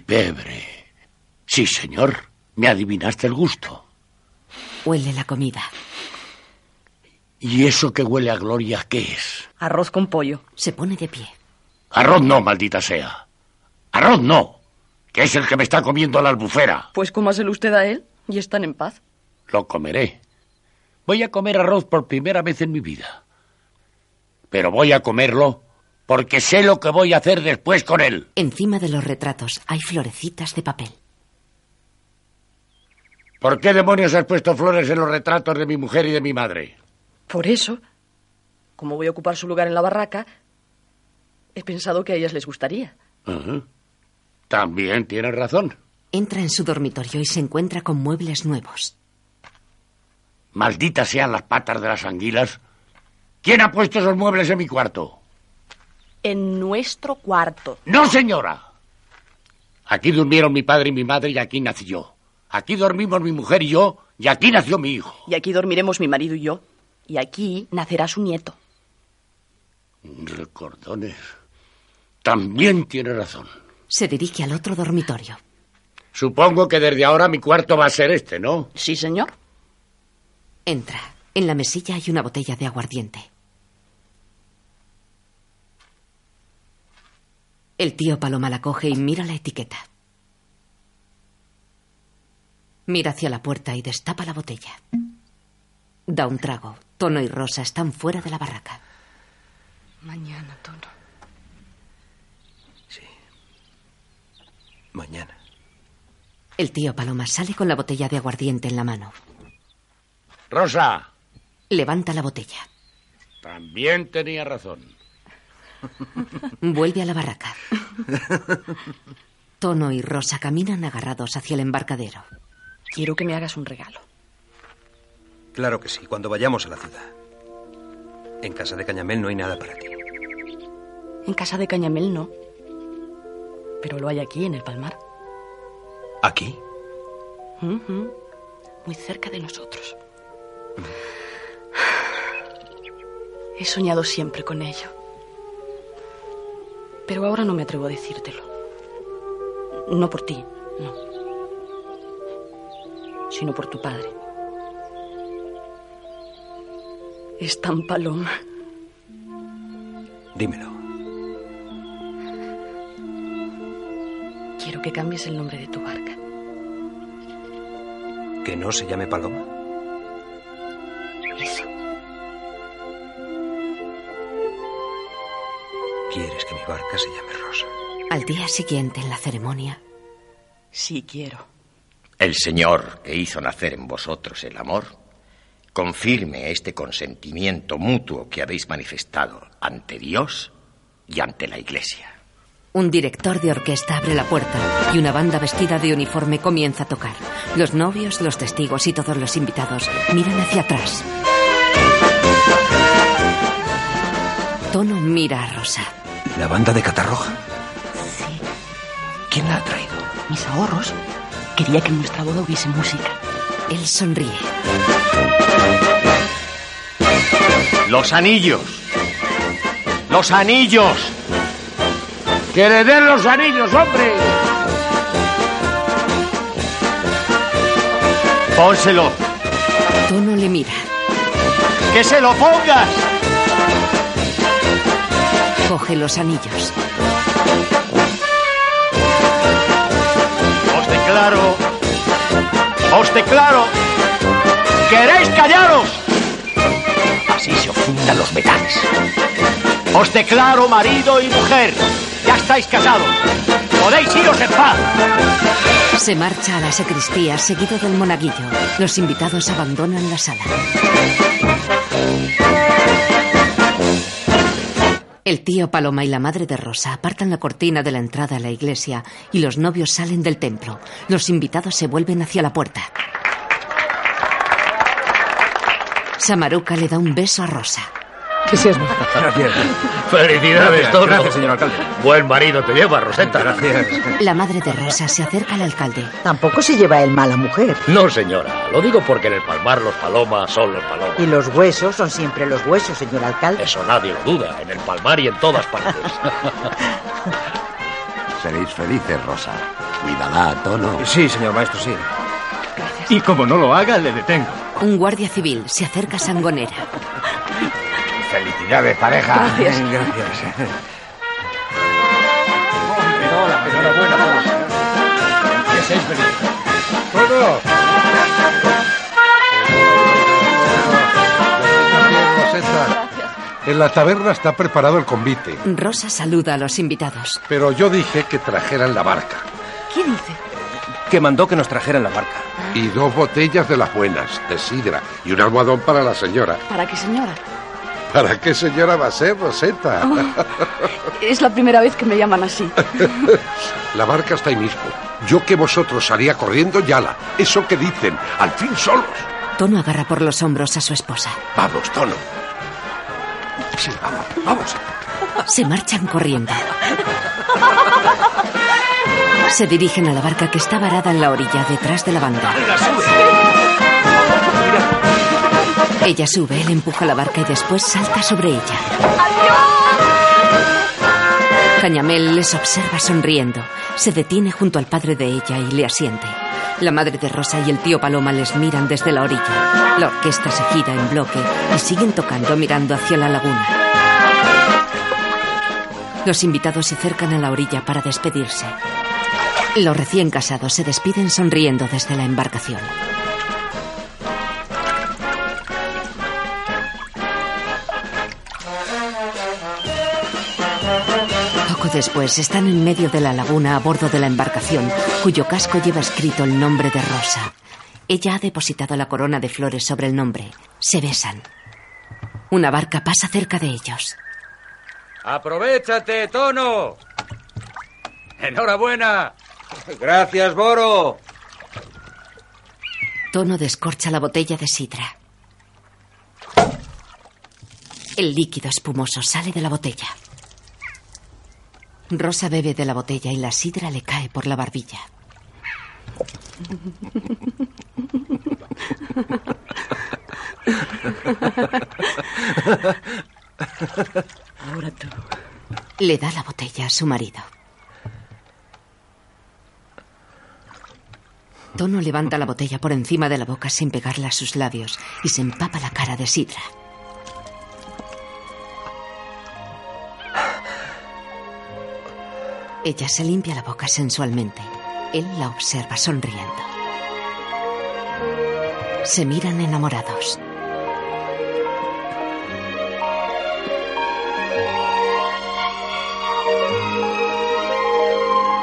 pebre. Sí, señor. Me adivinaste el gusto.
Huele la comida.
¿Y eso que huele a gloria qué es?
Arroz con pollo.
Se pone de pie.
Arroz no, maldita sea. Arroz no. Que es el que me está comiendo la albufera.
Pues cómaselo usted a él y están en paz.
Lo comeré. Voy a comer arroz por primera vez en mi vida. Pero voy a comerlo porque sé lo que voy a hacer después con él.
Encima de los retratos hay florecitas de papel.
¿Por qué demonios has puesto flores en los retratos de mi mujer y de mi madre?
Por eso, como voy a ocupar su lugar en la barraca, he pensado que a ellas les gustaría.
Ajá. También tienes razón.
Entra en su dormitorio y se encuentra con muebles nuevos.
Malditas sean las patas de las anguilas. ¿Quién ha puesto esos muebles en mi cuarto?
En nuestro cuarto.
No, señora. Aquí durmieron mi padre y mi madre y aquí nací yo. Aquí dormimos mi mujer y yo y aquí nació mi hijo.
Y aquí dormiremos mi marido y yo. Y aquí nacerá su nieto.
Recordones. También tiene razón.
Se dirige al otro dormitorio.
Supongo que desde ahora mi cuarto va a ser este, ¿no?
Sí, señor.
Entra. En la mesilla hay una botella de aguardiente. El tío Paloma la coge y mira la etiqueta. Mira hacia la puerta y destapa la botella. Da un trago. Tono y Rosa están fuera de la barraca.
Mañana, Tono.
Mañana.
El tío Paloma sale con la botella de aguardiente en la mano.
Rosa,
Levanta la botella.
también tenía razón.
Vuelve a la barraca. Tono y Rosa caminan agarrados hacia el embarcadero.
Quiero que me hagas un regalo.
Claro que sí, cuando vayamos a la ciudad. En casa de Cañamel no hay nada para ti.
En casa de Cañamel no. Pero lo hay aquí, en el Palmar.
¿Aquí?
Ujú. Muy cerca de nosotros. He soñado siempre con ello. Pero ahora no me atrevo a decírtelo. No por ti, no. Sino por tu padre. Es tan paloma.
Dímelo.
Quiero que cambies el nombre de tu barca.
¿Que no se llame Paloma?
Eso.
¿Quieres que mi barca se llame Rosa?
Al día siguiente, en la ceremonia,
Sí, quiero.
El Señor que hizo nacer en vosotros el amor, confirme este consentimiento mutuo que habéis manifestado ante Dios y ante la Iglesia.
un director de orquesta abre la puerta y una banda vestida de uniforme comienza a tocar. Los novios, los testigos y todos los invitados miran hacia atrás. Tono mira a Rosa.
¿La banda de Catarroja?
¿Quién la ha traído? Mis ahorros. Quería que en nuestra boda hubiese música.
Él sonríe.
Los anillos. Los anillos. Que le den los anillos, hombre. Pónselo.
Tono le mira.
Que se lo pongas.
Coge los anillos.
Os declaro. Os declaro. ¿Queréis callaros? Así se ofundan los metales. Os declaro marido y mujer. Ya estáis casados. Podéis iros en paz.
Se marcha a la sacristía seguido del monaguillo. Los invitados abandonan la sala. El tío Paloma y la madre de Rosa apartan la cortina de la entrada a la iglesia y los novios salen del templo. Los invitados se vuelven hacia la puerta. Samaruca le da un beso a Rosa.
Que seas
Gracias.
Felicidades,
Gracias,
Tono.
gracias, señor alcalde.
Buen marido te lleva, Rosetta.
Gracias.
La madre de Rosa se acerca al alcalde.
Tampoco se lleva el mala mujer.
No, señora. Lo digo porque en el palmar los palomas son los palomas.
Y los huesos son siempre los huesos, señor alcalde.
Eso nadie lo duda. En el palmar y en todas partes.
Seréis felices, Rosa. Cuídala a tono.
Sí, señor maestro, sí.
Y como no lo haga, le detengo. Un guardia civil se acerca a Sangonera.
Felicidades, pareja.
Gracias.
Gracias.
Bueno. En la taberna está preparado el convite,
Rosa saluda a los invitados.
pero yo dije que trajeran la barca.
¿Qué dice?
Que mandó que nos trajeran la barca. Y dos botellas de las buenas, de sidra, y un almohadón para la señora.
¿Para qué, señora?
¿Para qué señora va a ser, Rosetta?
Es la primera vez que me llaman así.
La barca está ahí mismo. Yo que vosotros salía corriendo, yala. Eso que dicen, al fin solos.
Tono agarra por los hombros a su esposa.
Vamos, Tono. Sí, vamos, vamos.
Se marchan corriendo. Se dirigen a la barca que está varada en la orilla detrás de la banda. Ella sube, él empuja la barca y después salta sobre ella. Cañamel les observa sonriendo. Se detiene junto al padre de ella y le asiente. La madre de Rosa y el tío Paloma les miran desde la orilla. La orquesta se gira en bloque y siguen tocando mirando hacia la laguna. Los invitados se acercan a la orilla para despedirse. Los recién casados se despiden sonriendo desde la embarcación. Poco después están en medio de la laguna a bordo de la embarcación, cuyo casco lleva escrito el nombre de Rosa. Ella ha depositado la corona de flores sobre el nombre. Se besan. Una barca pasa cerca de ellos.
¡Aprovechate, Tono! ¡Enhorabuena! ¡Gracias, Boro!
Tono descorcha la botella de sidra. El líquido espumoso sale de la botella. Rosa bebe de la botella y la sidra le cae por la barbilla.
Ahora tú.
Le da la botella a su marido. Tono levanta la botella por encima de la boca sin pegarla a sus labios y se empapa la cara de sidra. Ella se limpia la boca sensualmente. Él la observa sonriendo. Se miran enamorados.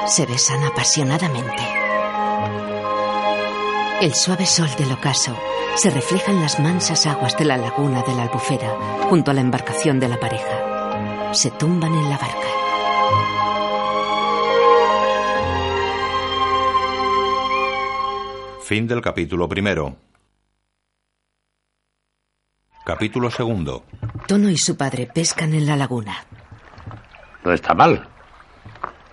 Se besan apasionadamente. El suave sol del ocaso se refleja en las mansas aguas de la laguna de la albufera junto a la embarcación de la pareja. Se tumban en la barca.
Fin del capítulo primero. Capítulo segundo.
Tono y su padre pescan en la laguna.
No está mal.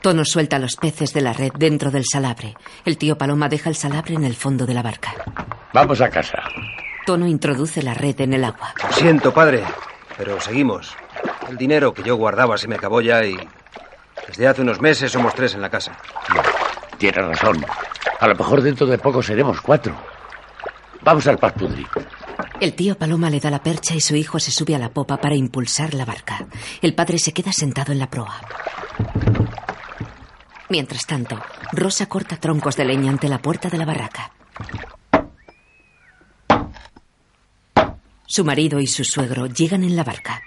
Tono suelta los peces de la red dentro del salabre. El tío Paloma deja el salabre en el fondo de la barca.
Vamos a casa.
Tono introduce la red en el agua.
Lo siento, padre, pero seguimos. El dinero que yo guardaba se me acabó ya y. Desde hace unos meses somos tres en la casa.
Tienes razón. A lo mejor dentro de poco seremos cuatro. Vamos al Paspudri.
El tío Paloma le da la percha y su hijo se sube a la popa para impulsar la barca. El padre se queda sentado en la proa. Mientras tanto, Rosa corta troncos de leña ante la puerta de la barraca. Su marido y su suegro llegan en la barca.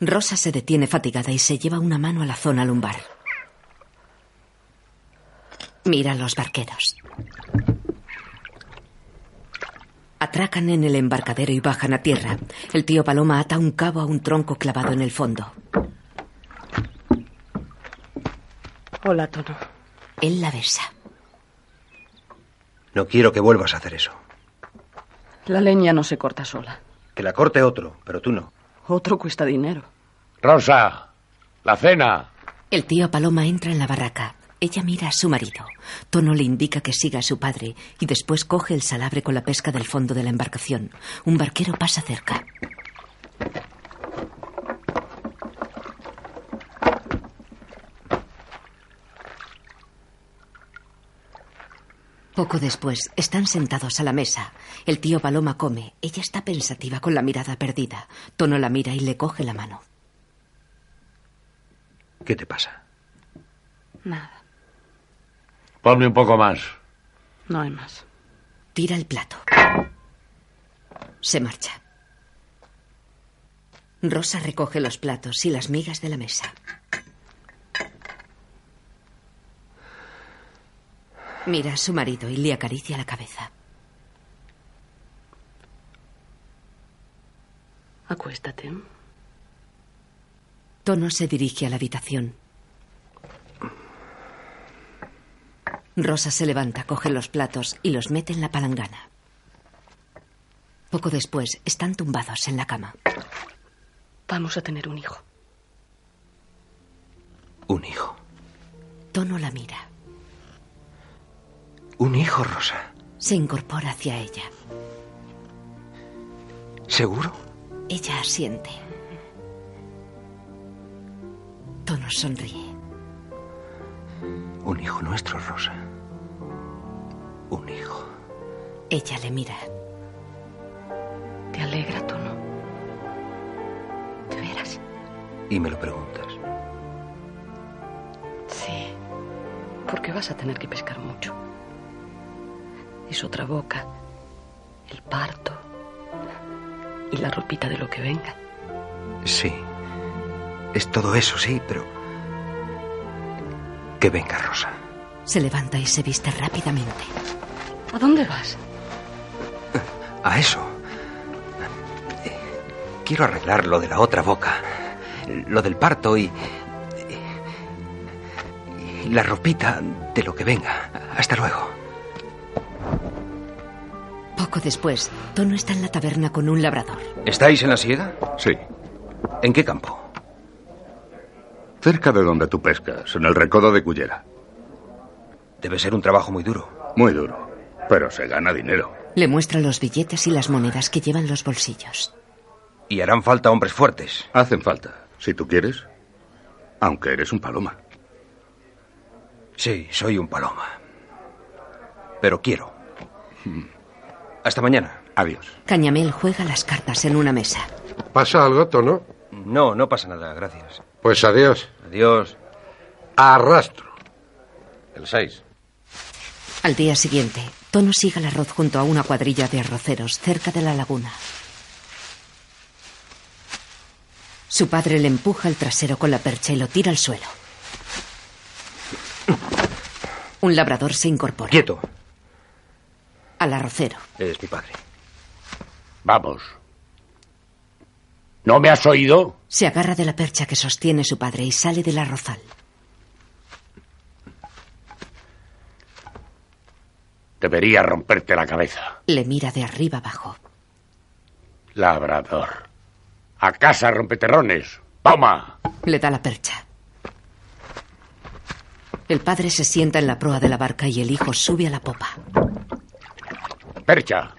Rosa se detiene fatigada y se lleva una mano a la zona lumbar. Mira a los barqueros. Atracan en el embarcadero y bajan a tierra. El tío Paloma ata un cabo a un tronco clavado en el fondo.
Hola, Tono.
Él la besa.
No quiero que vuelvas a hacer eso.
La leña no se corta sola.
Que la corte otro, pero tú no.
Otro cuesta dinero.
Rosa, la cena.
El tío Paloma entra en la barraca. Ella mira a su marido. Tono le indica que siga a su padre y después coge el salabre con la pesca del fondo de la embarcación. Un barquero pasa cerca. Poco después, están sentados a la mesa. El tío Paloma come. Ella está pensativa con la mirada perdida. Tono la mira y le coge la mano.
¿Qué te pasa?
Nada,
Ponme un poco más.
no hay más.
Tira el plato. Se marcha. Rosa recoge los platos y las migas de la mesa. Mira a su marido y le acaricia la cabeza.
Acuéstate.
Tono se dirige a la habitación. Rosa se levanta, coge los platos y los mete en la palangana. Poco después están tumbados en la cama.
Vamos a tener un hijo.
Un hijo.
Tono la mira,
Un hijo, Rosa.
se incorpora hacia ella.
¿Seguro?
Ella asiente. Tono sonríe.
Un hijo nuestro, Rosa. Un hijo.
Ella le mira.
Te alegra, Tono. ¿De veras?
Y me lo preguntas.
Sí. Porque vas a tener que pescar mucho. Es otra boca, el parto y la ropita de lo que venga.
Sí. Es todo eso, sí, pero... Que venga, Rosa.
Se levanta y se viste rápidamente.
¿A dónde vas?
A eso. Eh, Quiero arreglar lo de la otra boca. Lo del parto y... y- y la ropita de lo que venga. Hasta luego.
Poco después, Tono está en la taberna con un labrador.
¿Estáis en la siega?
Sí.
¿En qué campo?
Cerca de donde tú pescas, en el recodo de Cullera.
Debe ser un trabajo muy duro.
Muy duro. Pero se gana dinero.
Le muestra los billetes y las monedas que llevan los bolsillos.
Y harán falta hombres fuertes.
Hacen falta, si tú quieres. Aunque eres un paloma.
Sí, soy un paloma. Pero quiero. Hasta mañana.
Mm. Adiós.
Cañamel juega las cartas en una mesa.
¿Pasa algo, Tono?
No, no pasa nada, gracias.
Pues adiós.
Adiós.
Arrastro. El 6.
Al día siguiente, Tono sigue al arroz junto a una cuadrilla de arroceros cerca de la laguna. Su padre le empuja el trasero con la percha y lo tira al suelo. Un labrador se incorpora.
Quieto.
Al arrocero.
Eres mi padre.
Vamos. ¿No me has oído?
Se agarra de la percha que sostiene su padre y sale del arrozal.
Debería romperte la cabeza.
Le mira de arriba abajo.
Labrador. A casa, rompeterrones. ¡Toma!
Le da la percha. El padre se sienta en la proa de la barca y el hijo sube a la popa.
Percha.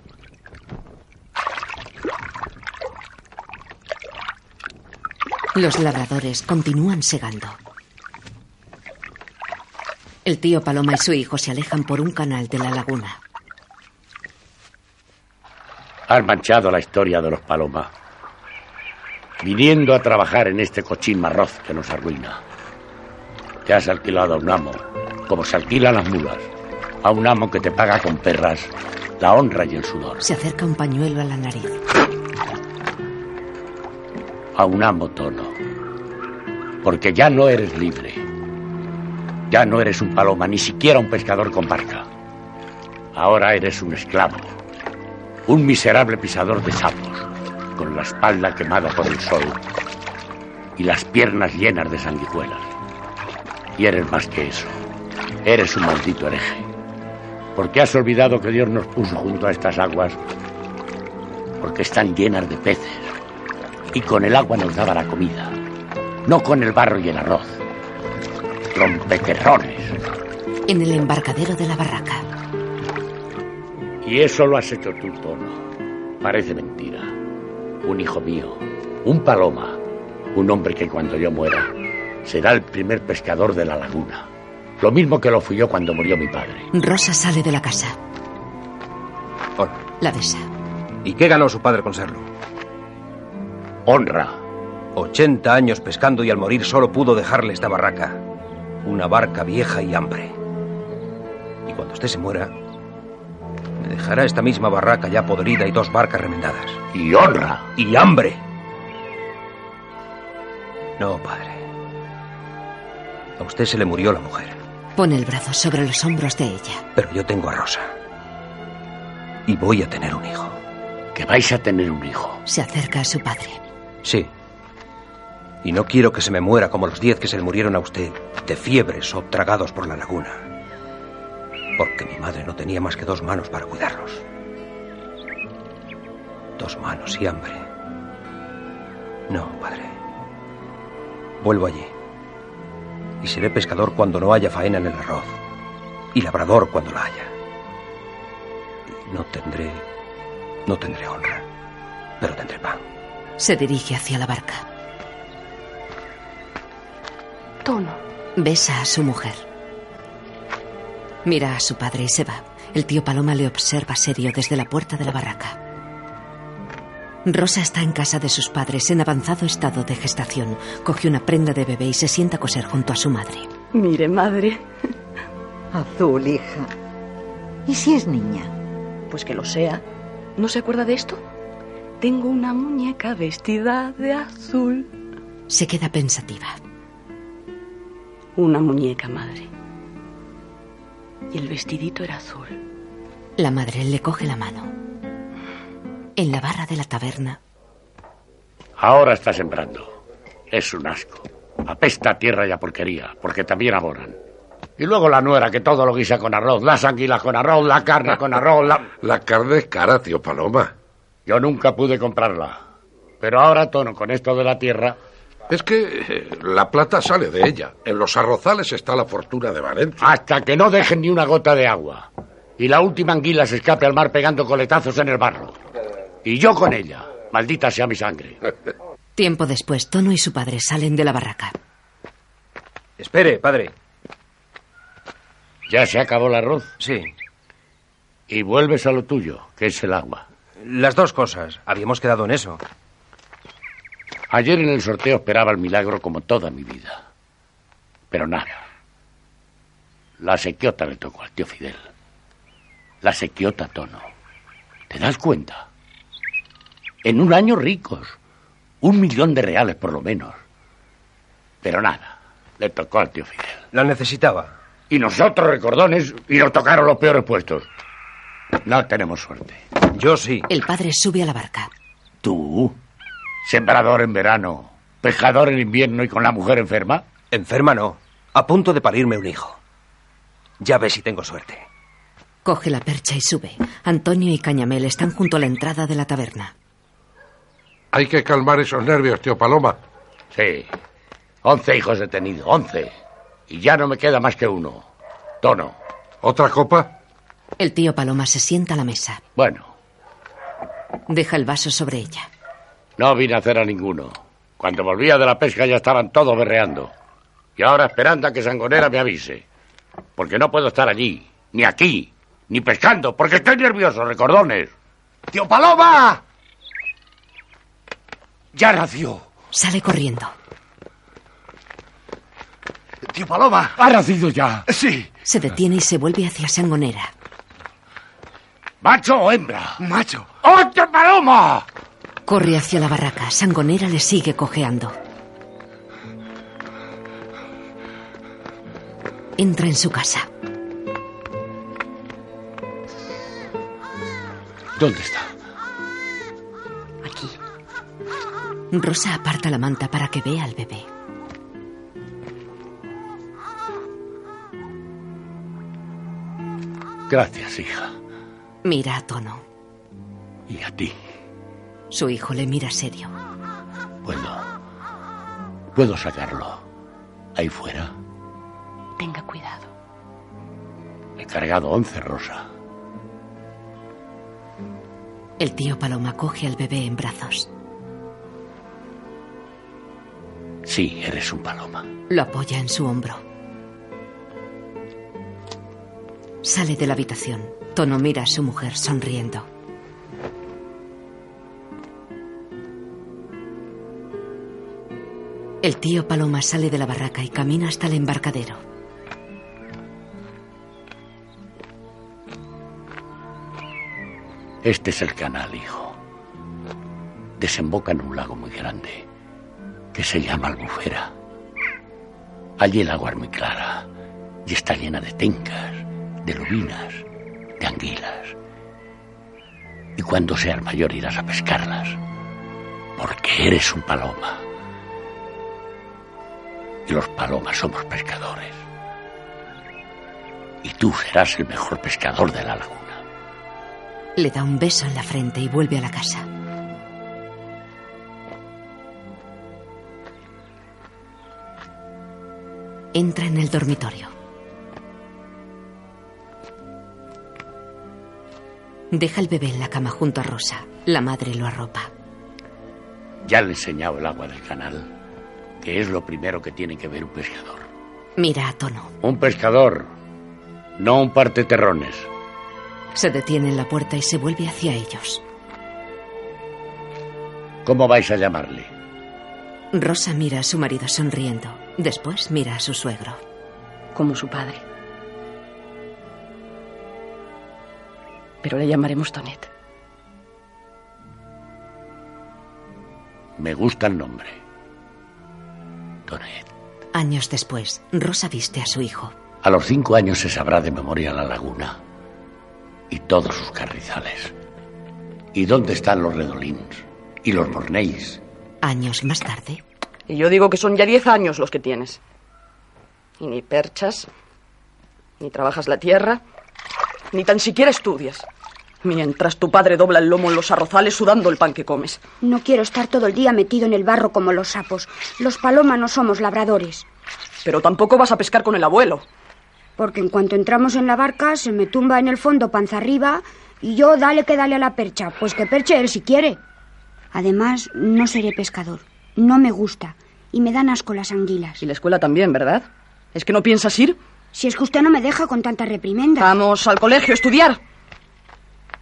Los labradores continúan segando. El tío Paloma y su hijo se alejan por un canal de la laguna.
Has manchado la historia de los Paloma. Viniendo a trabajar en este cochín marroz que nos arruina. Te has alquilado a un amo, como se alquilan las mulas. A un amo que te paga con perras la honra y el sudor.
Se acerca un pañuelo a la nariz.
a un amo tono. Porque ya no eres libre. Ya no eres un paloma, ni siquiera un pescador con barca. Ahora eres un esclavo. Un miserable pisador de sapos, con la espalda quemada por el sol y las piernas llenas de sanguijuelas. Y eres más que eso. Eres un maldito hereje. Porque has olvidado que Dios nos puso junto a estas aguas porque están llenas de peces y con el agua nos daba la comida, no con el barro y el arroz. Rompeterrones.
En el embarcadero de la barraca,
Y eso lo has hecho tú, Tono. Parece mentira. Un hijo mío, un paloma, un hombre que cuando yo muera será el primer pescador de la laguna. Lo mismo que lo fui yo cuando murió mi padre.
Rosa sale de la casa.
Hola.
La besa.
¿Y qué ganó su padre con serlo?
Honra.
80 años pescando y al morir solo pudo dejarle esta barraca. Una barca vieja y hambre. Y cuando usted se muera, me dejará esta misma barraca ya podrida y dos barcas remendadas.
Y honra.
Y hambre. No, padre. A usted se le murió la mujer,
Pone el brazo sobre los hombros de ella.
pero yo tengo a Rosa. Y voy a tener un hijo.
Que vais a tener un hijo.
Se acerca a su padre.
Sí. Y no quiero que se me muera como los diez que se le murieron a usted, de fiebres o tragados por la laguna. Porque mi madre no tenía más que dos manos para cuidarlos. Dos manos y hambre. No, padre. Vuelvo allí. Y seré pescador cuando no haya faena en el arroz. Y labrador cuando la haya. Y no tendré. No tendré honra. Pero tendré pan.
Se dirige hacia la barca.
Tono.
Besa a su mujer. Mira a su padre y se va. El tío Paloma le observa serio desde la puerta de la barraca. Rosa está en casa de sus padres en avanzado estado de gestación. Coge una prenda de bebé y se sienta a coser junto a su madre.
Mire, madre.
Azul, hija. ¿Y si es niña?
Pues que lo sea. ¿No se acuerda de esto? Tengo una muñeca vestida de azul.
Se queda pensativa.
Una muñeca, madre. Y el vestidito era azul.
La madre le coge la mano. En la barra de la taberna,
Ahora está sembrando. Es un asco. Apesta a tierra y a porquería, porque también abonan. Y luego la nuera, que todo lo guisa con arroz, las anguilas con arroz, la carne con arroz, la...
La carne es cara, tío Paloma.
Yo nunca pude comprarla. Pero ahora, Tono, con esto de la tierra...
Es que eh, la plata sale de ella. En los arrozales está la fortuna de Valencia.
Hasta que no dejen ni una gota de agua. Y la última anguila se escape al mar pegando coletazos en el barro. Y yo con ella. Maldita sea mi sangre.
Tiempo después, Tono y su padre salen de la barraca.
Espere, padre. ¿Ya se acabó el arroz? Sí. Y vuelves a lo tuyo, que es el agua.
Las dos cosas. Habíamos quedado en eso.
Ayer en el sorteo esperaba el milagro como toda mi vida. Pero nada. La sequiota le tocó al tío Fidel. La sequiota, Tono. ¿Te das cuenta? En un año ricos. Un millón de reales por lo menos. Pero nada. Le tocó al tío Fidel.
La necesitaba.
Y nosotros, recordones, y nos tocaron los peores puestos. No tenemos suerte.
Yo sí.
El padre sube a la barca.
¿Tú? ¿Sembrador en verano? ¿Pescador en invierno y con la mujer enferma?
Enferma no. A punto de parirme un hijo. Ya ves si tengo suerte.
Coge la percha y sube. Antonio y Cañamel están junto a la entrada de la taberna.
Hay que calmar esos nervios, tío Paloma.
Sí. Once hijos he tenido, once. Y ya no me queda más que uno. Tono.
¿Otra copa?
El tío Paloma se sienta a la mesa.
Bueno,
Deja el vaso sobre ella.
no vine a hacer a ninguno. Cuando volvía de la pesca ya estaban todos berreando. Y ahora esperando a que Sangonera me avise. Porque no puedo estar allí, ni aquí, ni pescando, porque estoy nervioso, recordones. ¡Tío Paloma! Ya nació.
Sale corriendo.
Tío Paloma. Ha nacido ya. Sí.
Se detiene y se vuelve hacia Sangonera.
¿Macho o hembra? Macho. ¡Oh, tío Paloma!
Corre hacia la barraca. Sangonera le sigue cojeando. Entra en su casa.
¿Dónde está?
Rosa aparta la manta para que vea al bebé.
Gracias, hija.
Mira a Tono.
Y a ti.
Su hijo le mira serio.
Puedo. Puedo sacarlo. Ahí fuera.
Tenga cuidado.
He cargado once, Rosa.
El tío Paloma coge al bebé en brazos.
Sí, eres un paloma.
Lo apoya en su hombro. Sale de la habitación. Tono mira a su mujer sonriendo. El tío Paloma sale de la barraca y camina hasta el embarcadero.
Este es el canal, hijo. Desemboca en un lago muy grande que se llama Albufera. Allí el agua es muy clara y está llena de tencas, de lubinas, de anguilas. Y cuando seas mayor irás a pescarlas, porque eres un paloma. Y los palomas somos pescadores. Y tú serás el mejor pescador de la laguna.
Le da un beso en la frente y vuelve a la casa. Entra en el dormitorio. Deja el bebé en la cama junto a Rosa. La madre lo arropa.
Ya le he enseñado el agua del canal, que es lo primero que tiene que ver un pescador.
Mira a Tono.
Un pescador No un parte terrones.
Se detiene en la puerta y se vuelve hacia ellos.
¿Cómo vais a llamarle?
Rosa mira a su marido sonriendo. Después mira a su suegro.
Como su padre. Pero le llamaremos Tonet.
Me gusta el nombre. Tonet.
Años después, Rosa viste a su hijo.
A los cinco años se sabrá de memoria la laguna y todos sus carrizales. ¿Y dónde están los redolins? ¿Y los mornéis?
Años más tarde,
Y yo digo que son ya diez años los que tienes. Y ni perchas, ni trabajas la tierra, ni tan siquiera estudias. Mientras tu padre dobla el lomo en los arrozales sudando el pan que comes.
No quiero estar todo el día metido en el barro como los sapos. Los palomas no somos labradores.
Pero tampoco vas a pescar con el abuelo.
Porque en cuanto entramos en la barca, se me tumba en el fondo panza arriba y yo dale que dale a la percha, pues que perche él si quiere. Además, no seré pescador. No me gusta. Y me dan asco las anguilas.
Y la escuela también, ¿verdad? ¿Es que no piensas ir?
Si es que usted no me deja con tanta reprimenda.
Vamos al colegio a estudiar.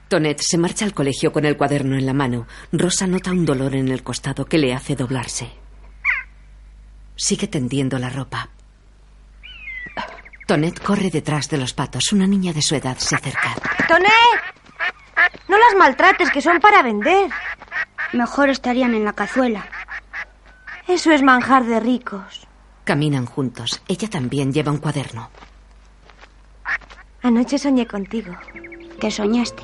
Tonet se marcha al colegio con el cuaderno en la mano. Rosa nota un dolor en el costado que le hace doblarse. Sigue tendiendo la ropa. Tonet corre detrás de los patos. Una niña de su edad se acerca.
¡Tonet! No las maltrates, que son para vender. Mejor estarían en la cazuela. Eso es manjar de ricos.
Caminan juntos. Ella también lleva un cuaderno.
Anoche soñé contigo. ¿Qué soñaste?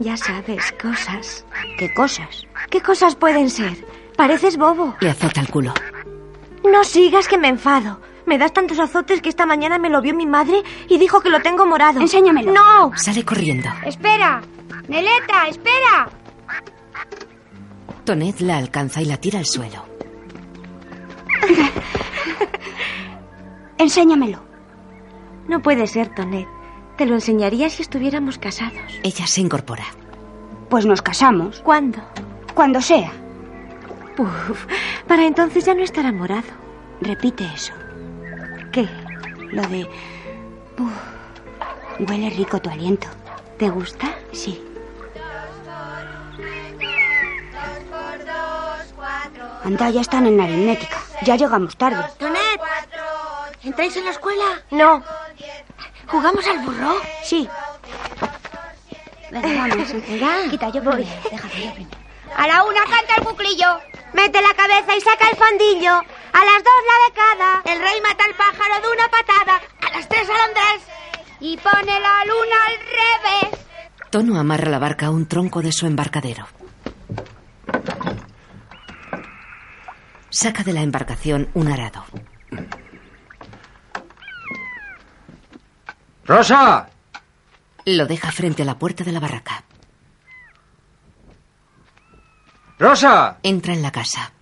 Ya sabes, cosas. ¿Qué cosas? ¿Qué cosas pueden ser? Pareces bobo.
Le azota el culo.
No sigas que me enfado. Me das tantos azotes que esta mañana me lo vio mi madre y dijo que lo tengo morado. Enséñamelo. No.
Sale corriendo.
Espera. Neleta, espera.
Tonet la alcanza y la tira al suelo.
Enséñamelo. No puede ser, Tonet. Te lo enseñaría si estuviéramos casados.
Ella se incorpora.
Pues nos casamos. ¿Cuándo? Cuando sea. Puf, para entonces ya no estará morado. Repite eso. ¿Qué? Lo de... Puf, huele rico tu aliento. ¿Te gusta? Sí. Anda, ya están en la aritmética. Ya llegamos tarde.
Tonet, ¿entráis en la escuela?
No.
¿Jugamos al burro?
Sí. Venga, vamos. Quita, yo voy.
A la una canta el buclillo. Mete la cabeza y saca el fondillo. A las dos la becada. El rey mata al pájaro de una patada. A las tres al Andrés. Y pone la luna al revés.
Tono amarra la barca a un tronco de su embarcadero. Saca de la embarcación un arado.
¡Rosa!
Lo deja frente a la puerta de la barraca.
¡Rosa!
Entra en la casa.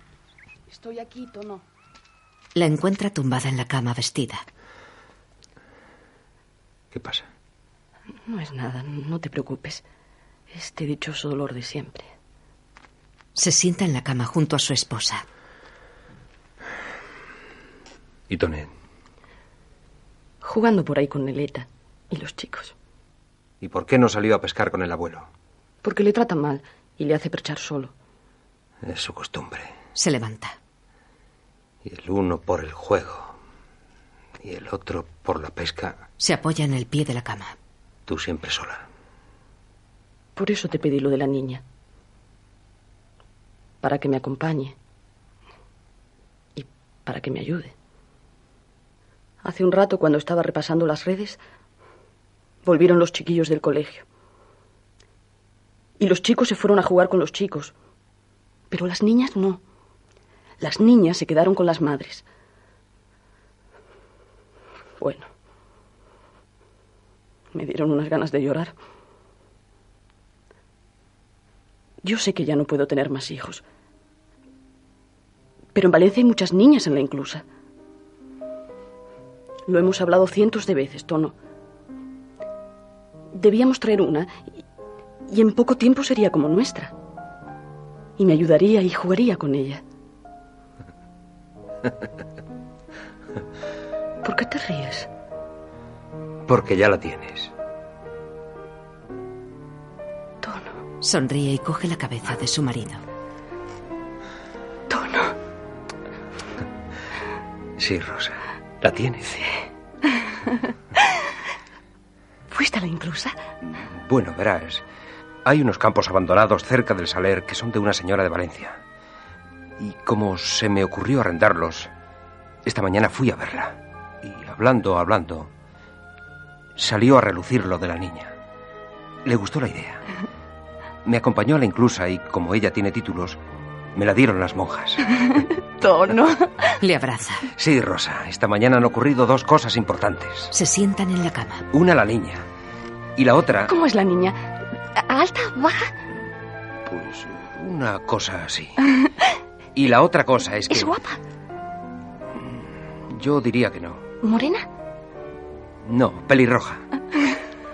Estoy aquí, Tono.
La encuentra tumbada en la cama vestida.
¿Qué pasa?
No es nada, no te preocupes. Este dichoso dolor de siempre.
Se sienta en la cama junto a su esposa.
¿Y Tonet?
Jugando por ahí con Neleta y los chicos.
¿Y por qué no salió a pescar con el abuelo?
Porque le trata mal y le hace perchar solo.
Es su costumbre.
Se levanta.
Y el uno por el juego. Y el otro por la pesca.
Se apoya en el pie de la cama.
Tú siempre sola.
Por eso te pedí lo de la niña. Para que me acompañe. Y para que me ayude. Hace un rato, cuando estaba repasando las redes, volvieron los chiquillos del colegio. Y los chicos se fueron a jugar con los chicos. Pero las niñas no. Las niñas se quedaron con las madres. Bueno. Me dieron unas ganas de llorar. Yo sé que ya no puedo tener más hijos. Pero en Valencia hay muchas niñas en la inclusa. Lo hemos hablado cientos de veces, Tono. Debíamos traer una y- y en poco tiempo sería como nuestra. Y me ayudaría y jugaría con ella. ¿Por qué te ríes?
porque ya la tienes.
Sonríe y coge la cabeza de su marido.
Sí, Rosa, la tienes.
¿Fuiste a la inclusa?
Bueno, verás, hay unos campos abandonados cerca del Saler que son de una señora de Valencia. Y como se me ocurrió arrendarlos, esta mañana fui a verla. Y hablando, hablando, salió a relucir lo de la niña. Le gustó la idea. Me acompañó a la inclusa y como ella tiene títulos, me la dieron las monjas.
Tono. Le abraza.
Sí, Rosa, esta mañana han ocurrido dos cosas importantes.
Se sientan en la cama.
Una la niña y la otra
¿Cómo es la niña? ¿Alta? ¿Baja?
pues, una cosa así. Y la otra cosa es que... Mm,
¿Es guapa?
Yo diría que no.
¿Morena?
No, pelirroja.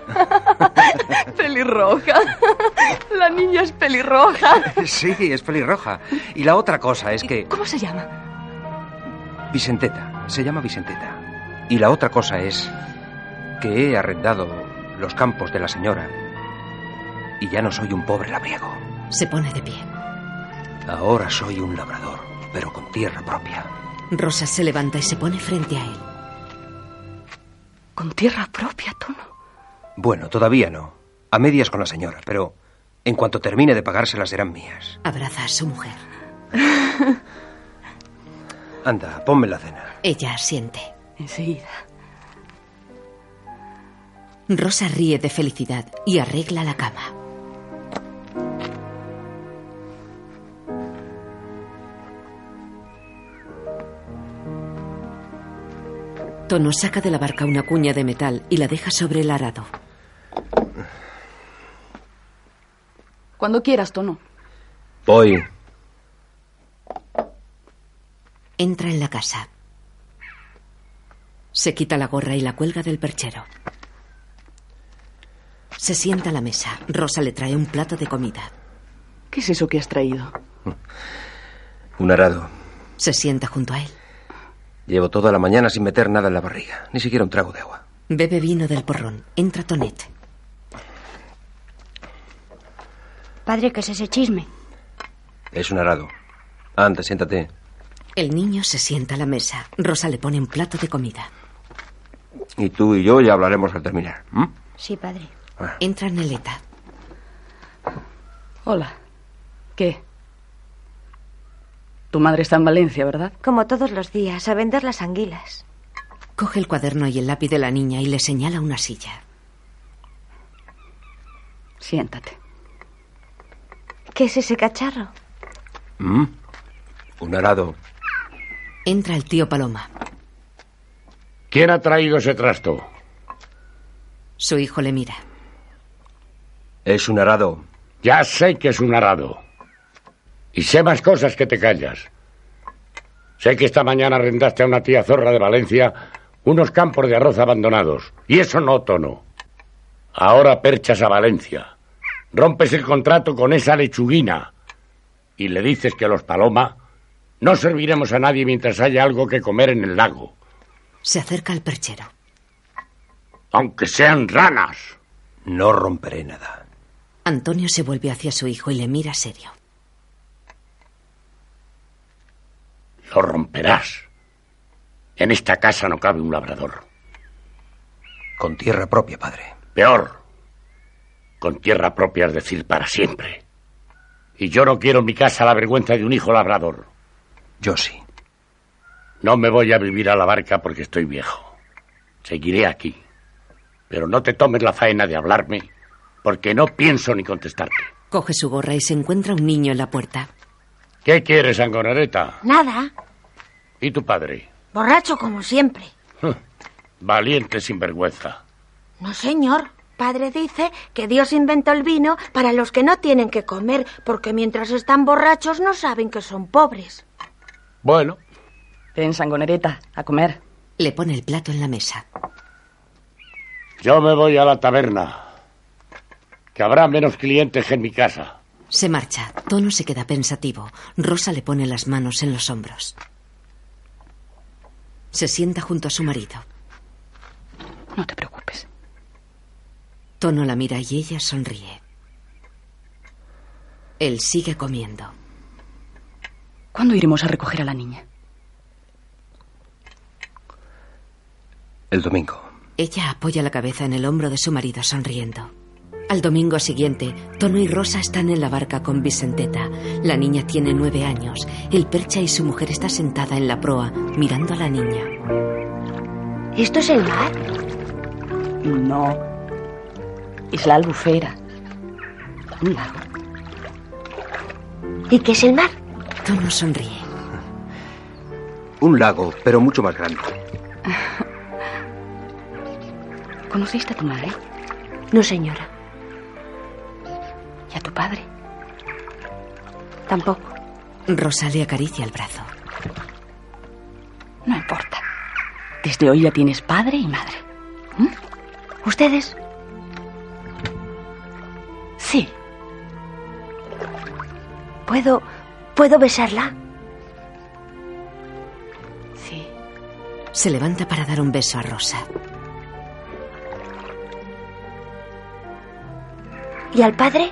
pelirroja. La niña es pelirroja.
Sí, es pelirroja. Y la otra cosa es que...
¿Cómo se llama?
Vicenteta, se llama Vicenteta. Y la otra cosa es que he arrendado los campos de la señora y ya no soy un pobre labriego.
Se pone de pie.
Ahora soy un labrador, pero con tierra propia.
Rosa se levanta y se pone frente a él.
Con tierra propia, Tono.
Bueno, todavía no. A medias con la señora, pero en cuanto termine de pagárselas serán mías.
Abraza a su mujer.
Anda, ponme la cena.
Ella asiente.
Enseguida.
Rosa ríe de felicidad y arregla la cama. Tono saca de la barca una cuña de metal y la deja sobre el arado.
Cuando quieras, Tono.
Voy.
Entra en la casa. Se quita la gorra y la cuelga del perchero. Se sienta a la mesa. Rosa le trae un plato de comida.
¿Qué es eso que has traído?
Un arado.
Se sienta junto a él.
Llevo toda la mañana sin meter nada en la barriga, ni siquiera un trago de agua.
Bebe vino del porrón. Entra Tonet.
Padre, ¿qué es ese chisme?
Es un arado. Anda, siéntate.
El niño se sienta a la mesa. Rosa le pone un plato de comida.
Y tú y yo ya hablaremos al terminar. ¿m?
Sí, padre.
Entra Neleta.
Hola. ¿Qué? Tu madre está en Valencia, ¿verdad?
Como todos los días, a vender las anguilas.
Coge el cuaderno y el lápiz de la niña y le señala una silla.
Siéntate.
¿Qué es ese cacharro?
¿Mm? Un arado.
Entra el tío Paloma.
¿Quién ha traído ese trasto?
Su hijo le mira.
Es un arado.
Ya sé que es un arado. Y sé más cosas que te callas. Sé que esta mañana arrendaste a una tía zorra de Valencia unos campos de arroz abandonados. Y eso no, Tono. Ahora perchas a Valencia. Rompes el contrato con esa lechuguina. Y le dices que los Paloma no serviremos a nadie mientras haya algo que comer en el lago.
Se acerca al perchero.
Aunque sean ranas.
No romperé nada.
Antonio se vuelve hacia su hijo y le mira serio.
Lo romperás. En esta casa no cabe un labrador.
Con tierra propia, padre.
Peor. Con tierra propia es decir para siempre. Y yo no quiero en mi casa la vergüenza de un hijo labrador.
Yo sí.
No me voy a vivir a la barca porque estoy viejo. Seguiré aquí. Pero no te tomes la faena de hablarme porque no pienso ni contestarte.
Coge su gorra y se encuentra un niño en la puerta.
¿Qué quieres, Angonareta?
Nada,
¿Y tu padre?
borracho como siempre.
Valiente sinvergüenza.
No, señor. Padre dice que Dios inventó el vino para los que no tienen que comer, porque mientras están borrachos no saben que son pobres.
Bueno.
Ven, sangonereta, a comer.
Le pone el plato en la mesa.
Yo me voy a la taberna. Que habrá menos clientes que en mi casa.
Se marcha. Tono se queda pensativo. Rosa le pone las manos en los hombros. Se sienta junto a su marido.
No te preocupes.
Tono la mira y ella sonríe. Él sigue comiendo.
¿Cuándo iremos a recoger a la niña?
El domingo.
Ella apoya la cabeza en el hombro de su marido sonriendo. Al domingo siguiente, Tono y Rosa están en la barca con Vicenteta. La niña tiene nueve años. El percha y su mujer está sentada en la proa, mirando a la niña.
¿Esto es el mar?
No. Es la albufera. Un lago.
¿Y qué es el mar?
Tono sonríe.
Un lago, pero mucho más grande.
¿Conociste a tu madre?
No, señora.
¿Y a tu padre?
Tampoco.
Rosa le acaricia el brazo.
No importa. Desde hoy ya tienes padre y madre. ¿Mm?
¿Ustedes?
Sí.
¿Puedo. ¿Puedo besarla?
Se levanta para dar un beso a Rosa.
¿Y al padre?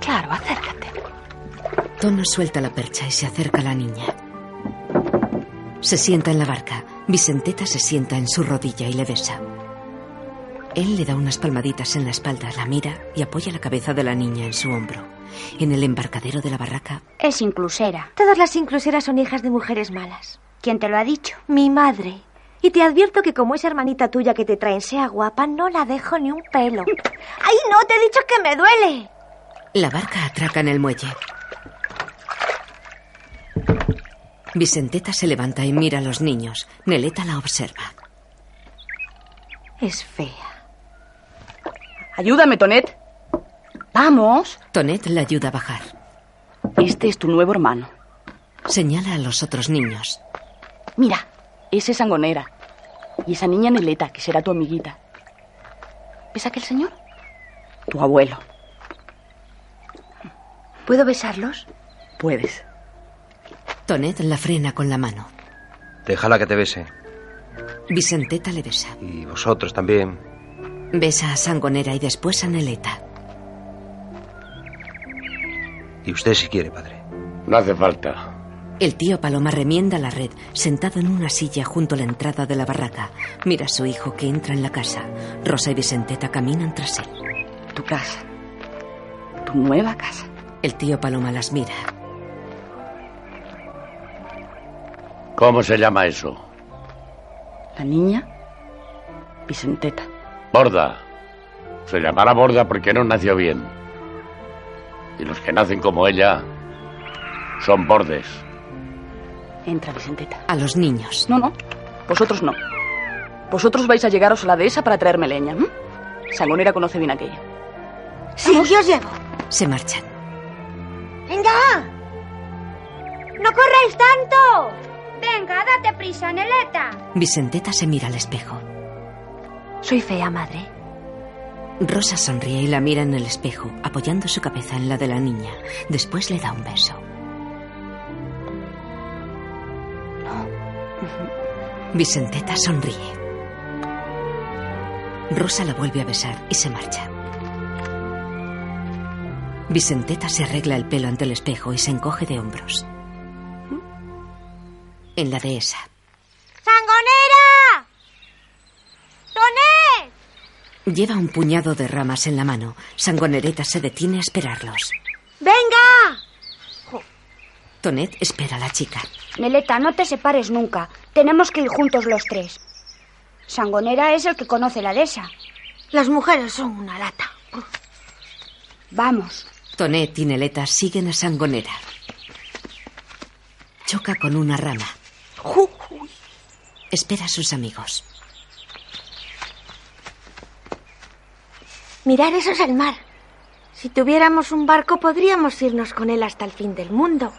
Claro, acércate.
Tono suelta la percha y se acerca a la niña. Se sienta en la barca. Vicenteta se sienta en su rodilla y le besa. Él le da unas palmaditas en la espalda, la mira y apoya la cabeza de la niña en su hombro. En el embarcadero de la barraca,
Es inclusera.
Todas las incluseras son hijas de mujeres malas.
¿Quién te lo ha dicho?
Mi madre. Y te advierto que como esa hermanita tuya que te traen sea guapa, no la dejo ni un pelo. ¡Ay, no! Te he dicho que me duele.
la barca atraca en el muelle. Vicenteta se levanta y mira a los niños. Neleta la observa.
Es fea.
Ayúdame, Tonet. Vamos.
Tonet la ayuda a bajar.
Este es tu nuevo hermano.
Señala a los otros niños.
Mira, ese es Sangonera. Y esa niña Neleta, que será tu amiguita. ¿Ves aquel señor? Tu abuelo.
¿Puedo besarlos?
Puedes.
Tonet la frena con la mano.
Déjala que te bese.
Vicenteta le besa.
Y vosotros también.
Besa a Sangonera y después a Neleta.
Y usted si quiere, padre.
No hace falta.
El tío Paloma remienda la red, sentado en una silla junto a la entrada de la barraca. Mira a su hijo que entra en la casa. Rosa y Vicenteta caminan tras él.
Tu casa. Tu nueva casa.
El tío Paloma las mira.
¿Cómo se llama eso?
La niña. Vicenteta.
Borda. Se llamará Borda porque no nació bien. Y los que nacen como ella son bordes.
Entra, Vicenteta.
A los niños.
No, no. Vosotros no. Vosotros vais a llegaros a la dehesa para traerme leña. ¿m? Sangonera conoce bien aquella.
Sí, yo os llevo.
Se marchan.
¡Venga!
¡No corráis tanto!
Venga, date prisa, Neleta.
Vicenteta se mira al espejo.
Soy fea, madre.
Rosa sonríe y la mira en el espejo, apoyando su cabeza en la de la niña. Después le da un beso. Vicenteta sonríe. Rosa la vuelve a besar y se marcha. Vicenteta se arregla el pelo ante el espejo y se encoge de hombros. En la dehesa,
¡Sangonera! ¡Tonet!
lleva un puñado de ramas en la mano. Sangonereta se detiene a esperarlos.
¡Venga!
Tonet espera a la chica.
Neleta, no te separes nunca. Tenemos que ir juntos los tres. Sangonera es el que conoce la dehesa.
Las mujeres son una lata.
Vamos.
Tonet y Neleta siguen a Sangonera. Choca con una rama. Espera a sus amigos.
Mirar, eso es el mar. Si tuviéramos un barco podríamos irnos con él hasta el fin del mundo,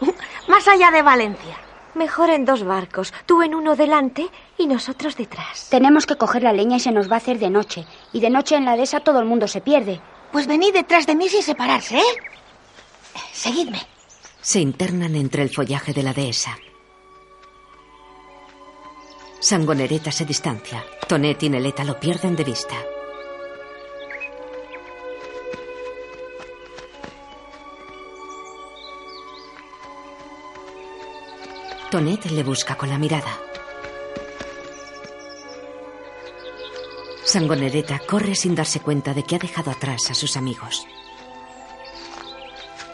más allá de Valencia. Mejor en dos barcos, tú en uno delante y nosotros detrás.
Tenemos que coger la leña y se nos va a hacer de noche. Y de noche en la dehesa todo el mundo se pierde.
Pues venid detrás de mí sin separarse, ¿eh? Seguidme.
Se internan entre el follaje de la dehesa. Sangonereta se distancia. Tonet y Neleta lo pierden de vista. Tonet le busca con la mirada. Sangonereta corre sin darse cuenta de que ha dejado atrás a sus amigos.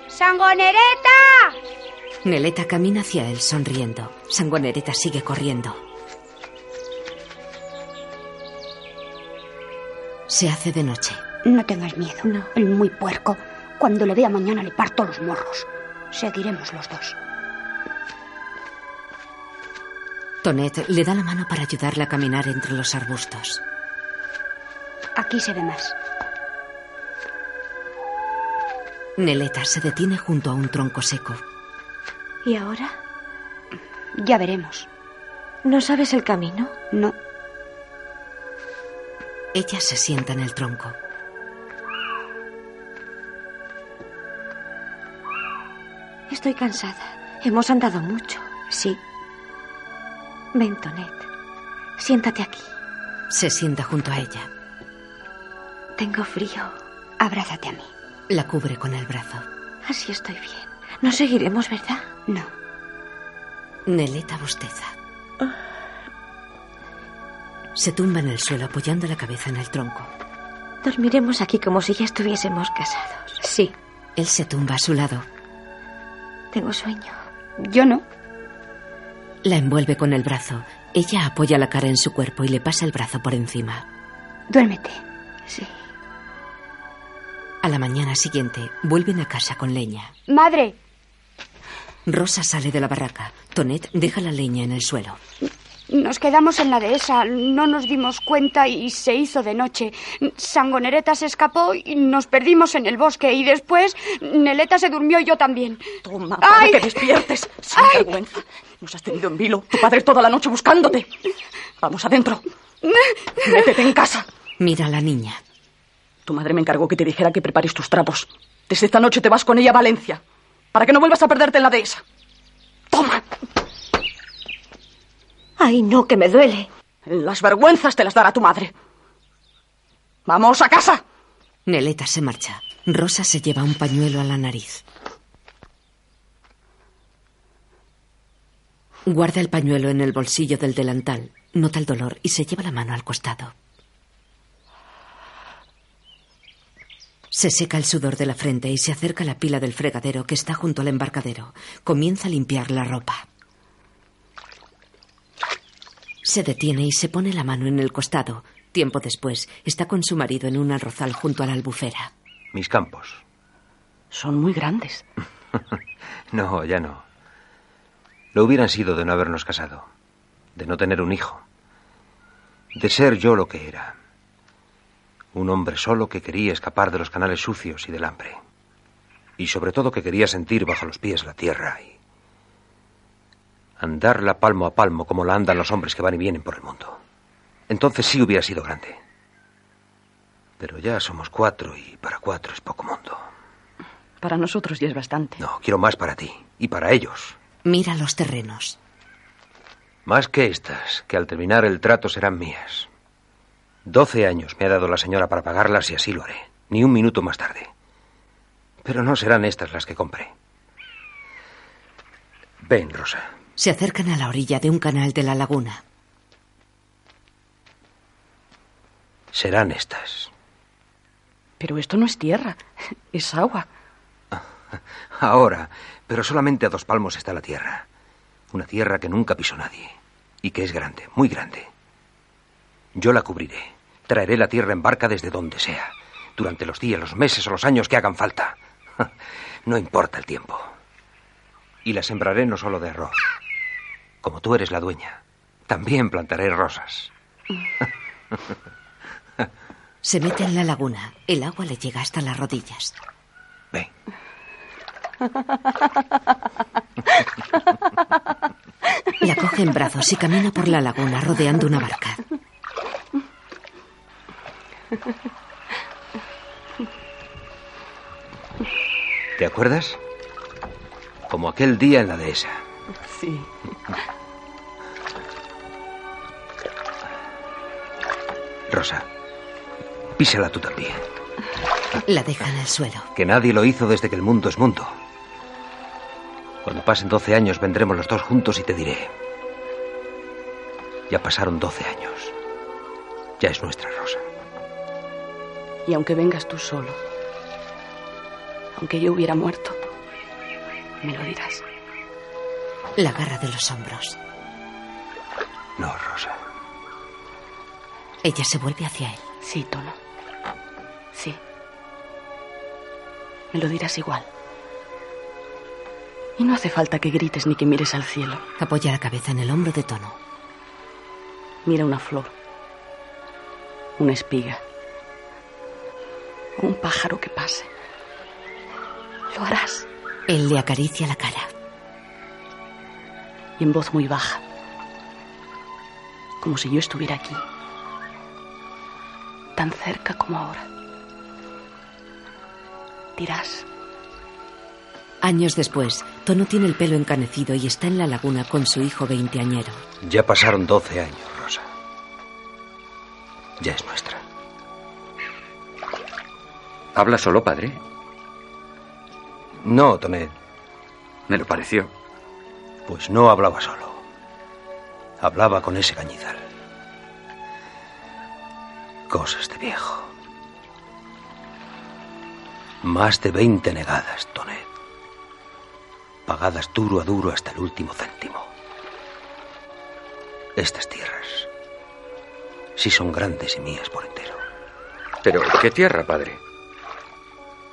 ¡Sangonereta!
Neleta camina hacia él sonriendo. Sangonereta sigue corriendo. Se hace de noche.
No tengas miedo. El muy puerco. Cuando le vea mañana le parto los morros. Seguiremos los dos.
Tonet le da la mano para ayudarle a caminar entre los arbustos.
Aquí se ve más.
Neleta se detiene junto a un tronco seco.
¿Y ahora?
Ya veremos.
¿No sabes el camino?
No.
Ella se sienta en el tronco.
Estoy cansada. Hemos andado mucho.
Sí.
Ven, Tonet. Siéntate aquí.
Se sienta junto a ella.
Tengo frío.
Abrázate a mí.
La cubre con el brazo.
Así estoy bien. No seguiremos, ¿verdad?
No.
Neleta bosteza. Se tumba en el suelo apoyando la cabeza en el tronco.
Dormiremos aquí como si ya estuviésemos casados.
Sí.
Él se tumba a su lado.
Tengo sueño.
Yo no.
La envuelve con el brazo. Ella apoya la cara en su cuerpo y le pasa el brazo por encima.
Duérmete.
Sí.
A la mañana siguiente vuelven a casa con leña.
Madre.
Rosa sale de la barraca. Tonet deja la leña en el suelo.
Nos quedamos en la dehesa, no nos dimos cuenta y se hizo de noche. Sangonereta se escapó y nos perdimos en el bosque y después Neleta se durmió y yo también.
Toma, para
¡Ay!
que despiertes. Sin vergüenza. Nos has tenido en vilo. Tu padre toda la noche buscándote. Vamos adentro. Métete en casa.
Mira a la niña.
Tu madre me encargó que te dijera que prepares tus trapos. Desde esta noche te vas con ella a Valencia. Para que no vuelvas a perderte en la dehesa.
Ay, no, que me duele.
Las vergüenzas te las dará tu madre. Vamos a casa.
Neleta se marcha. Rosa se lleva un pañuelo a la nariz. Guarda el pañuelo en el bolsillo del delantal. Nota el dolor y se lleva la mano al costado. Se seca el sudor de la frente y se acerca a la pila del fregadero que está junto al embarcadero. Comienza a limpiar la ropa. Se detiene y se pone la mano en el costado. Tiempo después, está con su marido en un arrozal junto a la albufera.
Mis campos.
Son muy grandes.
No, ya no. Lo hubieran sido de no habernos casado, de no tener un hijo, de ser yo lo que era. Un hombre solo que quería escapar de los canales sucios y del hambre. Y sobre todo que quería sentir bajo los pies la tierra y andarla palmo a palmo como la andan los hombres que van y vienen por el mundo. Entonces sí hubiera sido grande. Pero ya somos cuatro y para cuatro es poco mundo.
Para nosotros ya es bastante.
No, quiero más para ti y para ellos.
Mira los terrenos.
Más que estas, que al terminar el trato serán mías. Doce años me ha dado la señora para pagarlas y así lo haré, ni un minuto más tarde. Pero no serán estas las que compré. Ven, Rosa.
Se acercan a la orilla de un canal de la laguna.
Serán estas.
Pero esto no es tierra, es agua.
Ahora, pero solamente a dos palmos está la tierra. Una tierra que nunca pisó nadie. Y que es grande, muy grande. Yo la cubriré. Traeré la tierra en barca desde donde sea. Durante los días, los meses o los años que hagan falta. No importa el tiempo. Y la sembraré no solo de arroz. Como tú eres la dueña, también plantaré rosas.
Se mete en la laguna. El agua le llega hasta las rodillas. La coge en brazos y camina por la laguna rodeando una barca.
¿Te acuerdas? Como aquel día en la dehesa.
Sí.
Rosa, písala tú también.
La deja en el suelo.
Que nadie lo hizo desde que el mundo es mundo. Cuando pasen 12 años vendremos los dos juntos y te diré. Ya pasaron 12 años. Ya es nuestra Rosa.
Y aunque vengas tú solo, aunque yo hubiera muerto, me lo dirás.
La agarra de los hombros.
No, Rosa.
Ella se vuelve hacia él.
Sí, Tono. Sí. Me lo dirás igual. Y no hace falta que grites ni que mires al cielo.
Apoya la cabeza en el hombro de Tono.
Mira una flor. Una espiga. O un pájaro que pase. Lo harás.
Él le acaricia la cara.
Y en voz muy baja. Como si yo estuviera aquí. Tan cerca como ahora. Dirás.
Años después, Tono tiene el pelo encanecido y está en la laguna con su hijo veinteañero.
Ya pasaron 12 años, Rosa. Ya es nuestra.
¿Habla solo, padre?
No, Tonet.
Me lo pareció.
Pues no hablaba solo. Hablaba con ese cañizal. Cosas de viejo. Más de 20 negadas, Tonet. Pagadas duro a duro hasta el último céntimo. Estas tierras sí son grandes y mías por entero.
Pero, ¿qué tierra, padre?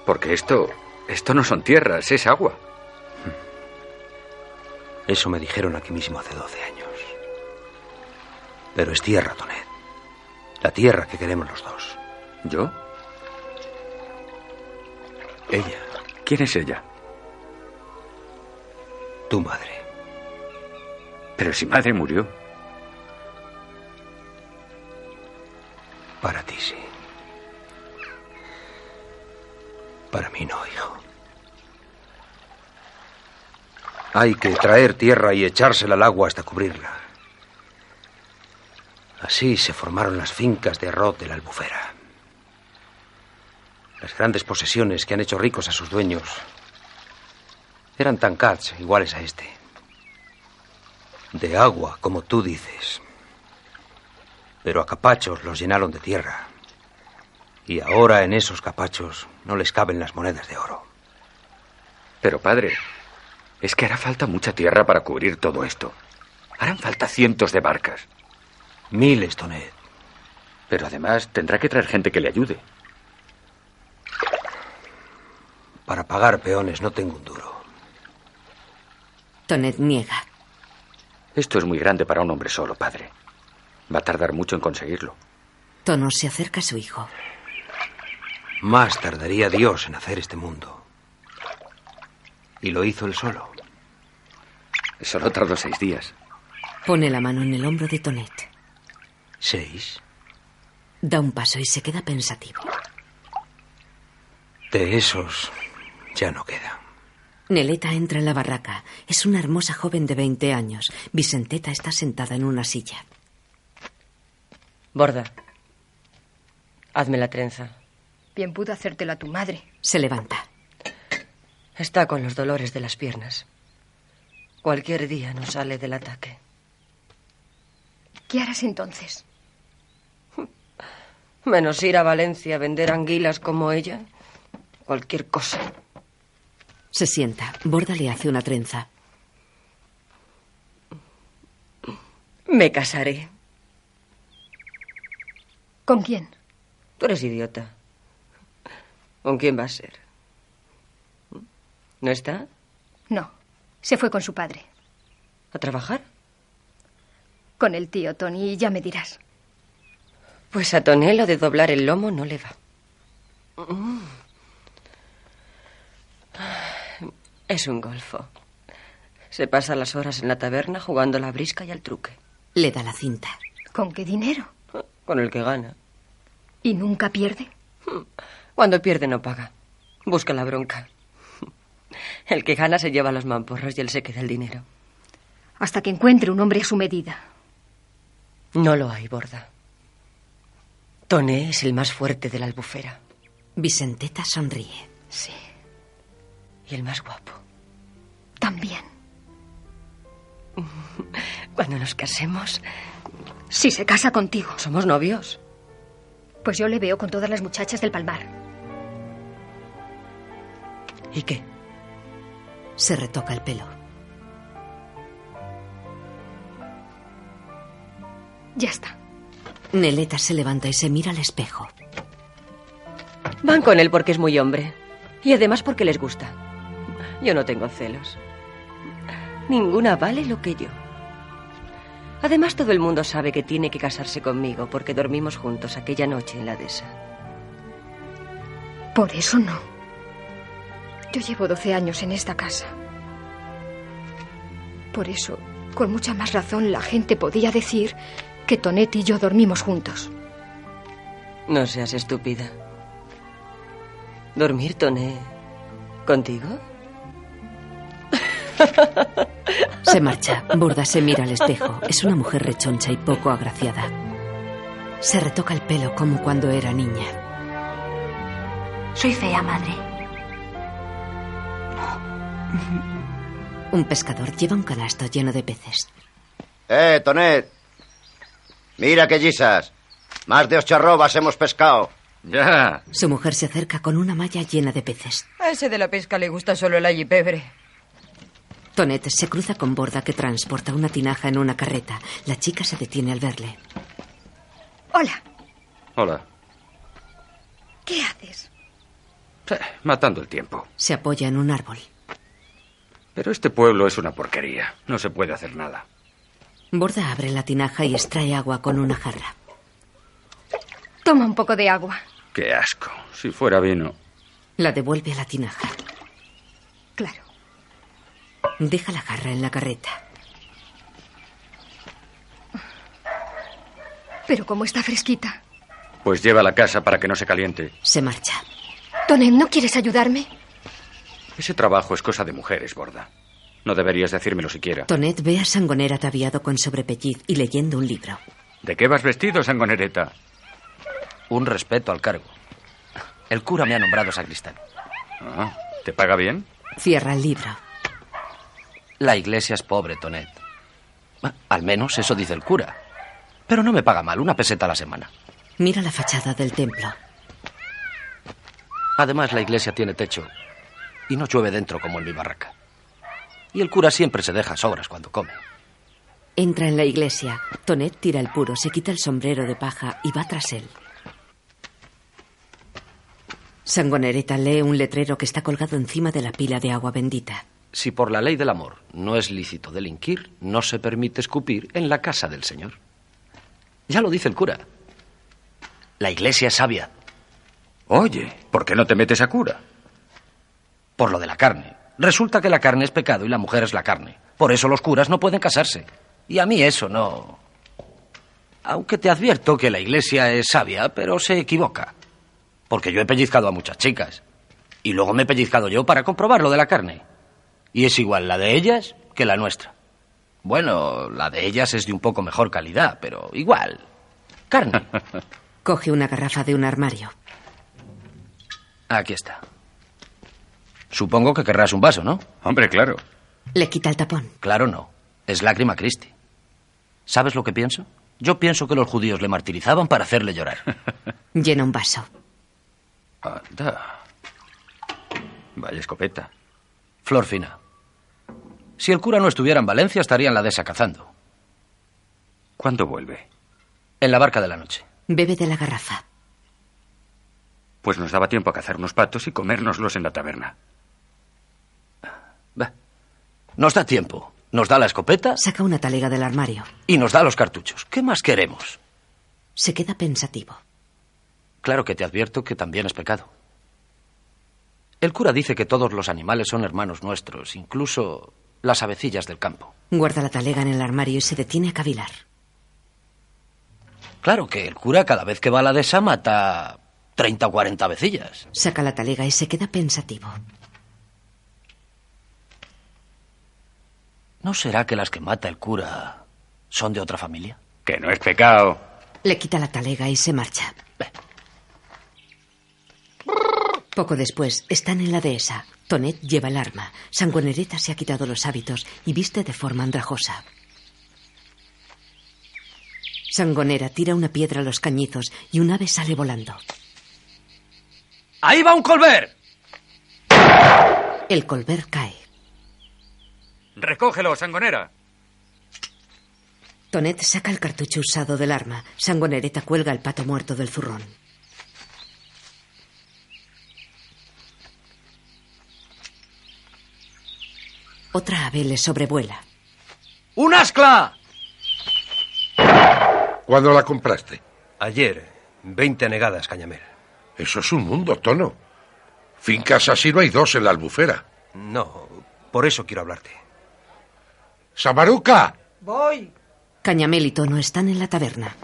Porque esto. Esto no son tierras, es agua.
Hmm. Eso me dijeron aquí mismo hace 12 años. Pero es tierra, Tonet. La tierra que queremos los dos.
¿Yo? Ella. ¿Quién es ella?
Tu madre.
Pero si madre murió.
Para ti sí. Para mí no, hijo. Hay que traer tierra y echársela al agua hasta cubrirla. Así se formaron las fincas de arroz de la albufera. Las grandes posesiones que han hecho ricos a sus dueños eran tan cats iguales a este. De agua, como tú dices. Pero a capachos los llenaron de tierra. Y ahora en esos capachos no les caben las monedas de oro.
Pero, padre, es que hará falta mucha tierra para cubrir todo esto. Harán falta cientos de barcas.
Miles, Tonet.
Pero además tendrá que traer gente que le ayude.
Para pagar peones no tengo un duro.
Tonet niega.
Esto es muy grande para un hombre solo, padre. Va a tardar mucho en conseguirlo.
Tono se acerca a su hijo.
Más tardaría Dios en hacer este mundo. Y lo hizo él solo.
Solo tardó seis días.
Pone la mano en el hombro de Tonet.
¿Seis?
Da un paso y se queda pensativo.
De esos ya no queda.
Neleta entra en la barraca. Es una hermosa joven de 20 años. Vicenteta está sentada en una silla.
Borda. Hazme la trenza.
Bien pudo hacértela tu madre.
Se levanta.
Está con los dolores de las piernas. Cualquier día nos sale del ataque.
¿Qué harás entonces?
Menos ir a Valencia a vender anguilas como ella. Cualquier cosa.
Se sienta. Borda le hace una trenza.
Me casaré.
¿Con quién?
Tú eres idiota. ¿Con quién va a ser? ¿No está?
No. Se fue con su padre.
¿A trabajar?
Con el tío Tony, y ya me dirás.
Pues a Tony lo de doblar el lomo no le va.
Mm.
Es un golfo. Se pasa las horas en la taberna jugando a la brisca y al truque.
Le da la cinta.
¿Con qué dinero?
Con el que gana.
¿Y nunca pierde?
Cuando pierde no paga. Busca la bronca. El que gana se lleva los mamporros y él se queda el dinero.
Hasta que encuentre un hombre a su medida.
No lo hay, Borda. Toné es el más fuerte de la albufera.
Vicenteta sonríe.
Sí. Y el más guapo.
También.
Cuando nos casemos,
Si se casa contigo.
somos novios.
Pues yo le veo con todas las muchachas del Palmar.
¿Y qué?
Se retoca el pelo.
Ya está.
Neleta se levanta y se mira al espejo.
Van con él porque es muy hombre. Y además porque les gusta. Yo no tengo celos. Ninguna vale lo que yo. Además, todo el mundo sabe que tiene que casarse conmigo porque dormimos juntos aquella noche en la dehesa.
Por eso no. Yo llevo 12 años en esta casa. Por eso, con mucha más razón, la gente podía decir que Tonet y yo dormimos juntos.
No seas estúpida. ¿Dormir, Toné? ¿Contigo?
Se marcha. Burda se mira al espejo. Es una mujer rechoncha y poco agraciada. Se retoca el pelo como cuando era niña.
Soy fea, madre.
Un pescador lleva un canasto lleno de peces.
¡Eh, Tonet! Mira que guisas. Más de ocho arrobas hemos pescado.
Ya.
Su mujer se acerca con una malla llena de peces.
A ese de la pesca le gusta solo el allipebre.
Tonet se cruza con Borda que transporta una tinaja en una carreta. La chica se detiene al verle.
Hola,
Hola.
¿qué haces?
Matando el tiempo.
Se apoya en un árbol.
Pero este pueblo es una porquería. No se puede hacer nada.
Borda abre la tinaja y extrae agua con una jarra.
Toma un poco de agua.
Qué asco. Si fuera vino.
La devuelve a la tinaja.
Claro.
Deja la jarra en la carreta.
Pero como está fresquita.
Pues lleva a la casa para que no se caliente.
Se marcha.
Tonet, ¿no quieres ayudarme?
Ese trabajo es cosa de mujeres, Borda. No deberías decírmelo siquiera.
Tonet ve a Sangoner ataviado con sobrepelliz y leyendo un libro.
¿De qué vas vestido, Sangonereta?
Un respeto al cargo. El cura me ha nombrado sacristán.
Ah, ¿Te paga bien?
Cierra el libro.
La iglesia es pobre, Tonet. Ah, Al menos eso dice el cura. Pero no me paga mal, una peseta a la semana.
Mira la fachada del templo.
Además, la iglesia tiene techo y no llueve dentro como en mi barraca. Y el cura siempre se deja sobras cuando come.
Entra en la iglesia. Tonet tira el puro, se quita el sombrero de paja y va tras él. Sangonereta lee un letrero que está colgado encima de la pila de agua bendita.
Si por la ley del amor no es lícito delinquir, no se permite escupir en la casa del Señor. Ya lo dice el cura. La iglesia es sabia.
Oye, ¿por qué no te metes a cura?
Por lo de la carne. Resulta que la carne es pecado y la mujer es la carne. Por eso los curas no pueden casarse. Y a mí eso no. Aunque te advierto que la iglesia es sabia, pero se equivoca. Porque yo he pellizcado a muchas chicas. Y luego me he pellizcado yo para comprobar lo de la carne. Y es igual la de ellas que la nuestra. Bueno, la de ellas es de un poco mejor calidad, pero igual. Carne.
Coge una garrafa de un armario.
Aquí está. Supongo que querrás un vaso, ¿no?
Hombre, claro.
Le quita el tapón.
Claro no. Es lágrima Christi. ¿Sabes lo que pienso? Yo pienso que los judíos le martirizaban para hacerle llorar.
Llena un vaso.
Anda. Vaya escopeta.
Flor fina. Si el cura no estuviera en Valencia, estaría en la dehesa cazando.
¿Cuándo vuelve?
En la barca de la noche.
Bebe de la garrafa.
Pues nos daba tiempo a cazar unos patos y comérnoslos en la taberna.
Nos da tiempo. Nos da la escopeta
Saca una talega del armario.
y nos da los cartuchos. ¿Qué más queremos?
Se queda pensativo.
Claro que te advierto que también es pecado. El cura dice que todos los animales son hermanos nuestros, incluso las avecillas del campo.
Guarda la talega en el armario y se detiene a cavilar.
Claro que el cura cada vez que va a la dehesa mata 30 o 40 avecillas.
Saca la talega y se queda pensativo.
¿No será que las que mata el cura son de otra familia?
Que no es pecado.
Le quita la talega y se marcha. Poco después, están en la dehesa. Tonet lleva el arma. Sanguonereta se ha quitado los hábitos y viste de forma andrajosa. Sangonera tira una piedra a los cañizos y un ave sale volando.
¡Ahí va un colver!
El colver cae.
Recógelo, sangonera.
Tonet saca el cartucho usado del arma. Sangonereta cuelga el pato muerto del zurrón. Otra ave le sobrevuela.
¡Un ascla!
¿Cuándo la compraste?
Ayer, 20 negadas, Cañamel.
Eso es un mundo, Tono. Fincas así no hay dos en la albufera.
No, por eso quiero hablarte.
¡Samaruca!
Voy.
Cañamel y Tono están en la taberna.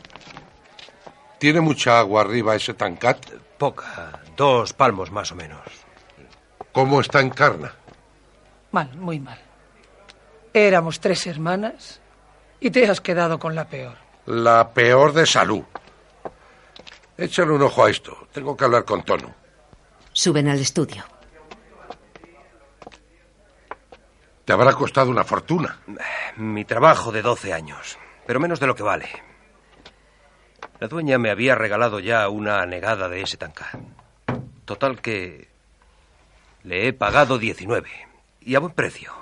¿Tiene mucha agua arriba ese tancat?
Poca, dos palmos más o menos.
¿Cómo está en carna?
Mal, muy mal. Éramos tres hermanas y te has quedado con la peor.
La peor de salud. Échale un ojo a esto. Tengo que hablar con Tono.
Suben al estudio.
Te habrá costado una fortuna.
Mi trabajo de 12 años, pero menos de lo que vale. La dueña me había regalado ya una anegada de ese tanca. Total que le he pagado 19 y a buen precio.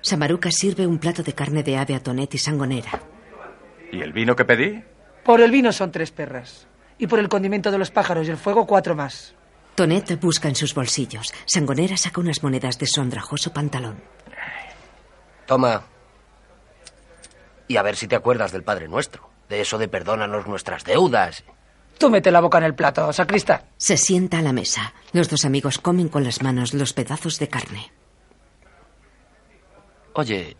Samaruca sirve un plato de carne de ave a Tonet y Sangonera.
¿Y el vino que pedí?
Por el vino son tres perras. Y por el condimento de los pájaros y el fuego, cuatro más.
Tonet busca en sus bolsillos. Sangonera saca unas monedas de su andrajoso pantalón.
Toma. Y a ver si te acuerdas del Padre Nuestro. De eso de perdónanos nuestras deudas.
Tú mete la boca en el plato, sacrista.
Se sienta a la mesa. Los dos amigos comen con las manos los pedazos de carne.
Oye,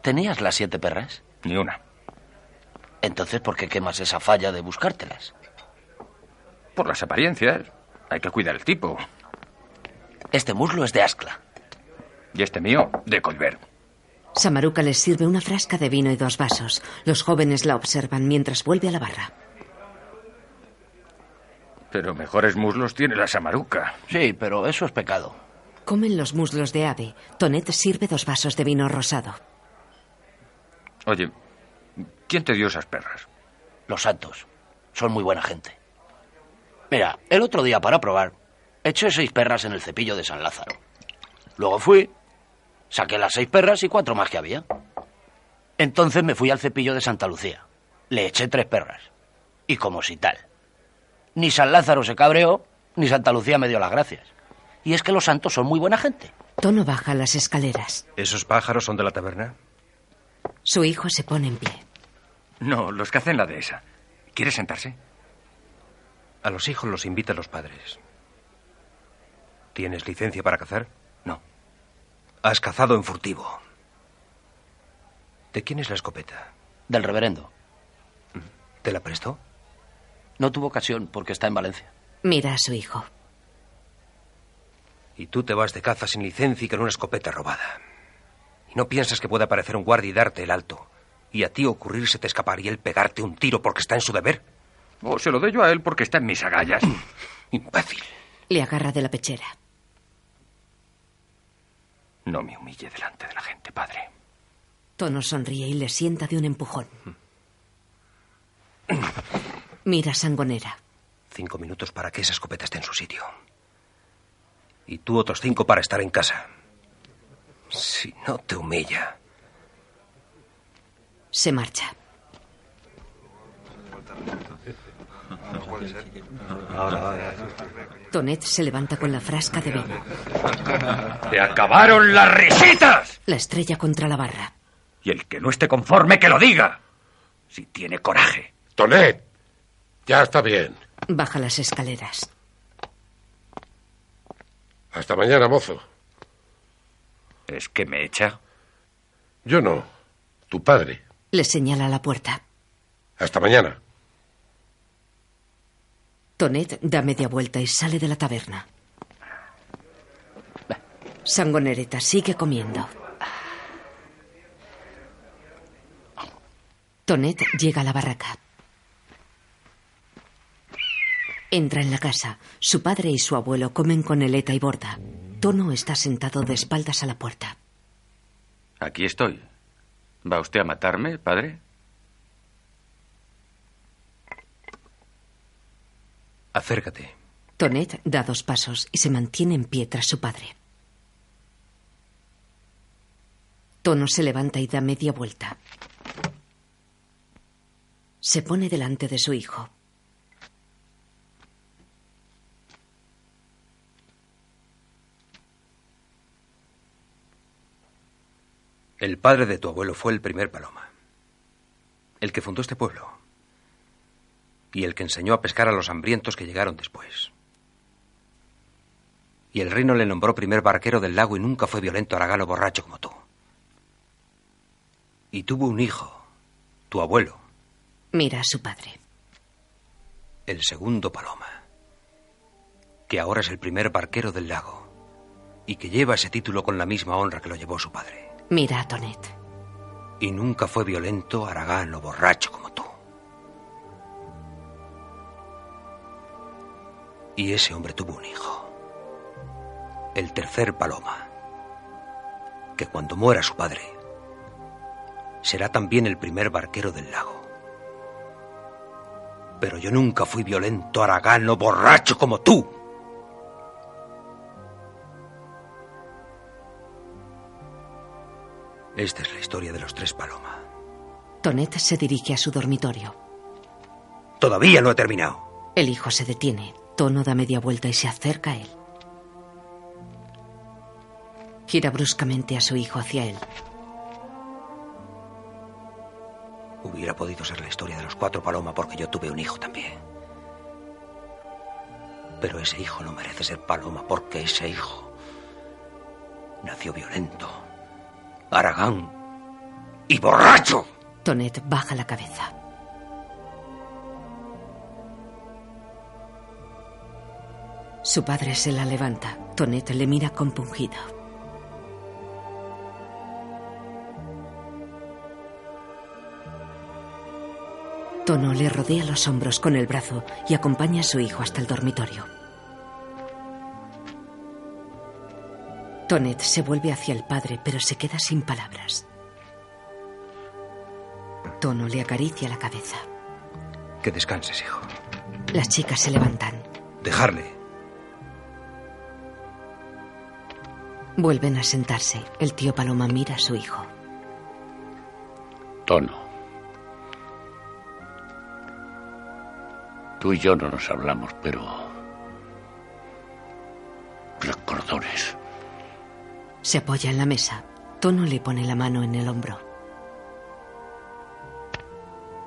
¿tenías las siete perras?
Ni una.
Entonces, ¿por qué quemas esa falla de buscártelas?
Por las apariencias. Hay que cuidar el tipo.
Este muslo es de ascla.
Y este mío, de Colbert.
Samaruca les sirve una frasca de vino y dos vasos. Los jóvenes la observan mientras vuelve a la barra.
Pero mejores muslos tiene la Samaruca.
Sí, pero eso es pecado.
Comen los muslos de ave. Tonet sirve dos vasos de vino rosado.
Oye, ¿quién te dio esas perras?
Los santos. Son muy buena gente. Mira, el otro día para probar, eché seis perras en el cepillo de San Lázaro. Luego fui, saqué las seis perras y cuatro más que había. Entonces me fui al cepillo de Santa Lucía. Le eché tres perras. Y como si tal. Ni San Lázaro se cabreó, ni Santa Lucía me dio las gracias. Y es que los santos son muy buena gente.
Tono baja las escaleras.
¿Esos pájaros son de la taberna?
Su hijo se pone en pie.
No, los que hacen la dehesa. ¿Quiere sentarse?
A los hijos los invitan los padres. ¿Tienes licencia para cazar?
No.
Has cazado en furtivo. ¿De quién es la escopeta?
Del reverendo.
¿Te la prestó?
No tuvo ocasión porque está en Valencia.
Mira a su hijo.
Y tú te vas de caza sin licencia y con una escopeta robada. Y no piensas que pueda aparecer un guardia y darte el alto. Y a ti ocurrirse te escapar y él pegarte un tiro porque está en su deber.
O Oh, se lo doy yo a él porque está en mis agallas.
Imbécil.
Le agarra de la pechera.
No me humille delante de la gente, padre.
Tono sonríe y le sienta de un empujón. Mira, sangonera.
Cinco minutos para que esa escopeta esté en su sitio. Y tú otros cinco para estar en casa. Si no te humilla.
Se marcha. Tonet se levanta con la frasca de vino.
¡Te acabaron las risitas!
La estrella contra la barra.
Y el que no esté conforme, que lo diga. Si tiene coraje.
Tonet, ya está bien.
Baja las escaleras.
Hasta mañana, mozo.
¿Es que me echa?
Yo no. Tu padre.
Le señala la puerta.
Hasta mañana.
Tonet da media vuelta y sale de la taberna. Sangonereta sigue comiendo. Tonet llega a la barraca. Entra en la casa. Su padre y su abuelo comen con Eleta y Borda. Tono está sentado de espaldas a la puerta.
Aquí estoy. ¿Va usted a matarme, padre?
Acércate.
Tonet da dos pasos y se mantiene en pie tras su padre. Tono se levanta y da media vuelta. Se pone delante de su hijo.
El padre de tu abuelo fue el primer paloma. El que fundó este pueblo. Y el que enseñó a pescar a los hambrientos que llegaron después. Y el reino le nombró primer barquero del lago y nunca fue violento aragalo borracho como tú. Y tuvo un hijo, tu abuelo,
Mira a su padre.
el segundo paloma, que ahora es el primer barquero del lago y que lleva ese título con la misma honra que lo llevó su padre.
Mira a Tonet.
Y nunca fue violento, aragán o borracho como tú. Y ese hombre tuvo un hijo. El tercer paloma. Que cuando muera su padre, será también el primer barquero del lago. Pero yo nunca fui violento, aragán o borracho como tú. Esta es la historia de los tres paloma.
Tonet se dirige a su dormitorio.
Todavía no he terminado.
El hijo se detiene. Tono da media vuelta y se acerca a él. Gira bruscamente a su hijo hacia él.
Hubiera podido ser la historia de los cuatro paloma porque yo tuve un hijo también. Pero ese hijo no merece ser paloma porque ese hijo nació violento, aragán y borracho.
Tonet baja la cabeza. Su padre se la levanta. Tonet le mira compungido. Tono le rodea los hombros con el brazo y acompaña a su hijo hasta el dormitorio. Tonet se vuelve hacia el padre, pero se queda sin palabras. Tono le acaricia la cabeza.
Que descanses, hijo.
Las chicas se levantan.
Dejarle.
Vuelven a sentarse. El tío Paloma mira a su hijo.
Tono. Tú y yo no nos hablamos, pero. Recordones.
Se apoya en la mesa. Tono le pone la mano en el hombro.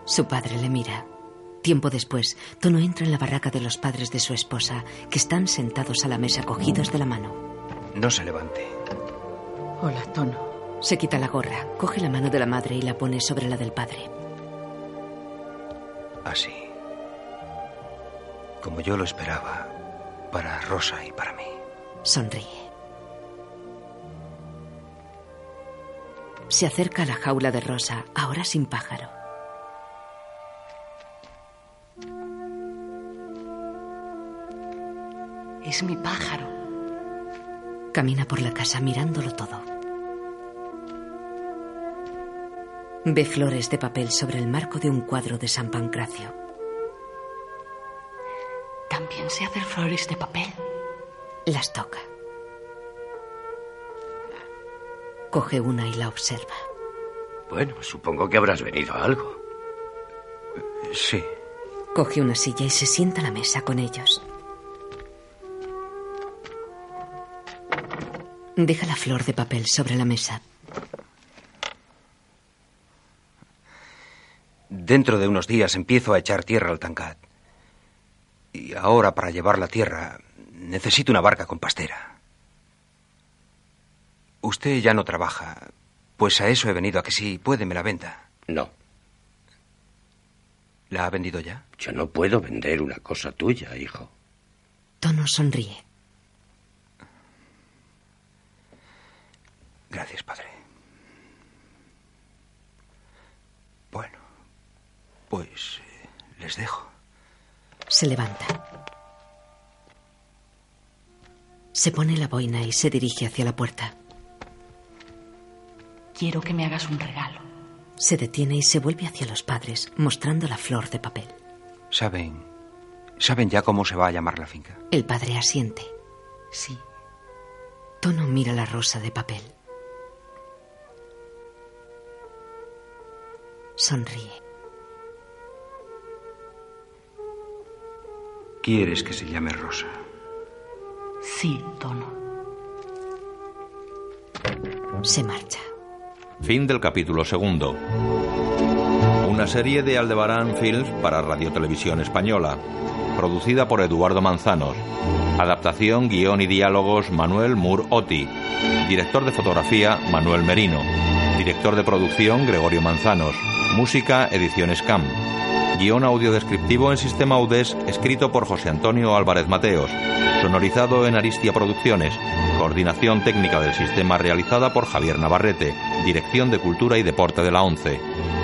Su padre le mira. Tiempo después, Tono entra en la barraca de los padres de su esposa, que están sentados a la mesa cogidos de la mano.
No se levante.
Hola, Tono. Se quita la gorra, coge la mano de la madre y la pone sobre la del padre.
Así. Como yo lo esperaba. Para Rosa y para mí.
Sonríe. Se acerca a la jaula de Rosa, ahora sin pájaro.
Es mi pájaro.
Camina por la casa mirándolo todo. Ve flores de papel sobre el marco de un cuadro de San Pancracio.
También sé hacer flores de papel.
Las toca. Coge una y la observa.
Bueno, supongo que habrás venido a algo.
Sí.
Coge una silla y se sienta a la mesa con ellos. Deja la flor de papel sobre la mesa.
Dentro de unos días empiezo a echar tierra al Tancat. Y ahora, para llevar la tierra, necesito una barca con pastera. Usted ya no trabaja, pues a eso he venido, a que si puede me la venda.
No.
¿La ha vendido ya?
Yo no puedo vender una cosa tuya, hijo.
Tono sonríe.
Gracias, padre. Bueno, pues eh, les dejo.
Se levanta. Se pone la boina y se dirige hacia la puerta.
Quiero que me hagas un regalo.
Se detiene y se vuelve hacia los padres, mostrando la flor de papel.
Saben. Saben ya cómo se va a llamar la finca.
El padre asiente. Sí. Tono mira la rosa de papel. Sonríe.
Quieres que se llame Rosa.
Sí, Tono.
Se marcha.
Fin del capítulo segundo. Una serie de Aldebarán Films para Radio Televisión Española. Producida por Eduardo Manzanos. Adaptación, guión y diálogos Manuel Mur Oti. Director de fotografía Manuel Merino. Director de producción Gregorio Manzanos. Música Ediciones CAM. Guión audio descriptivo en sistema UDES escrito por José Antonio Álvarez Mateos. Sonorizado en Aristia Producciones. Coordinación técnica del sistema realizada por Javier Navarrete. Dirección de Cultura y Deporte de la ONCE.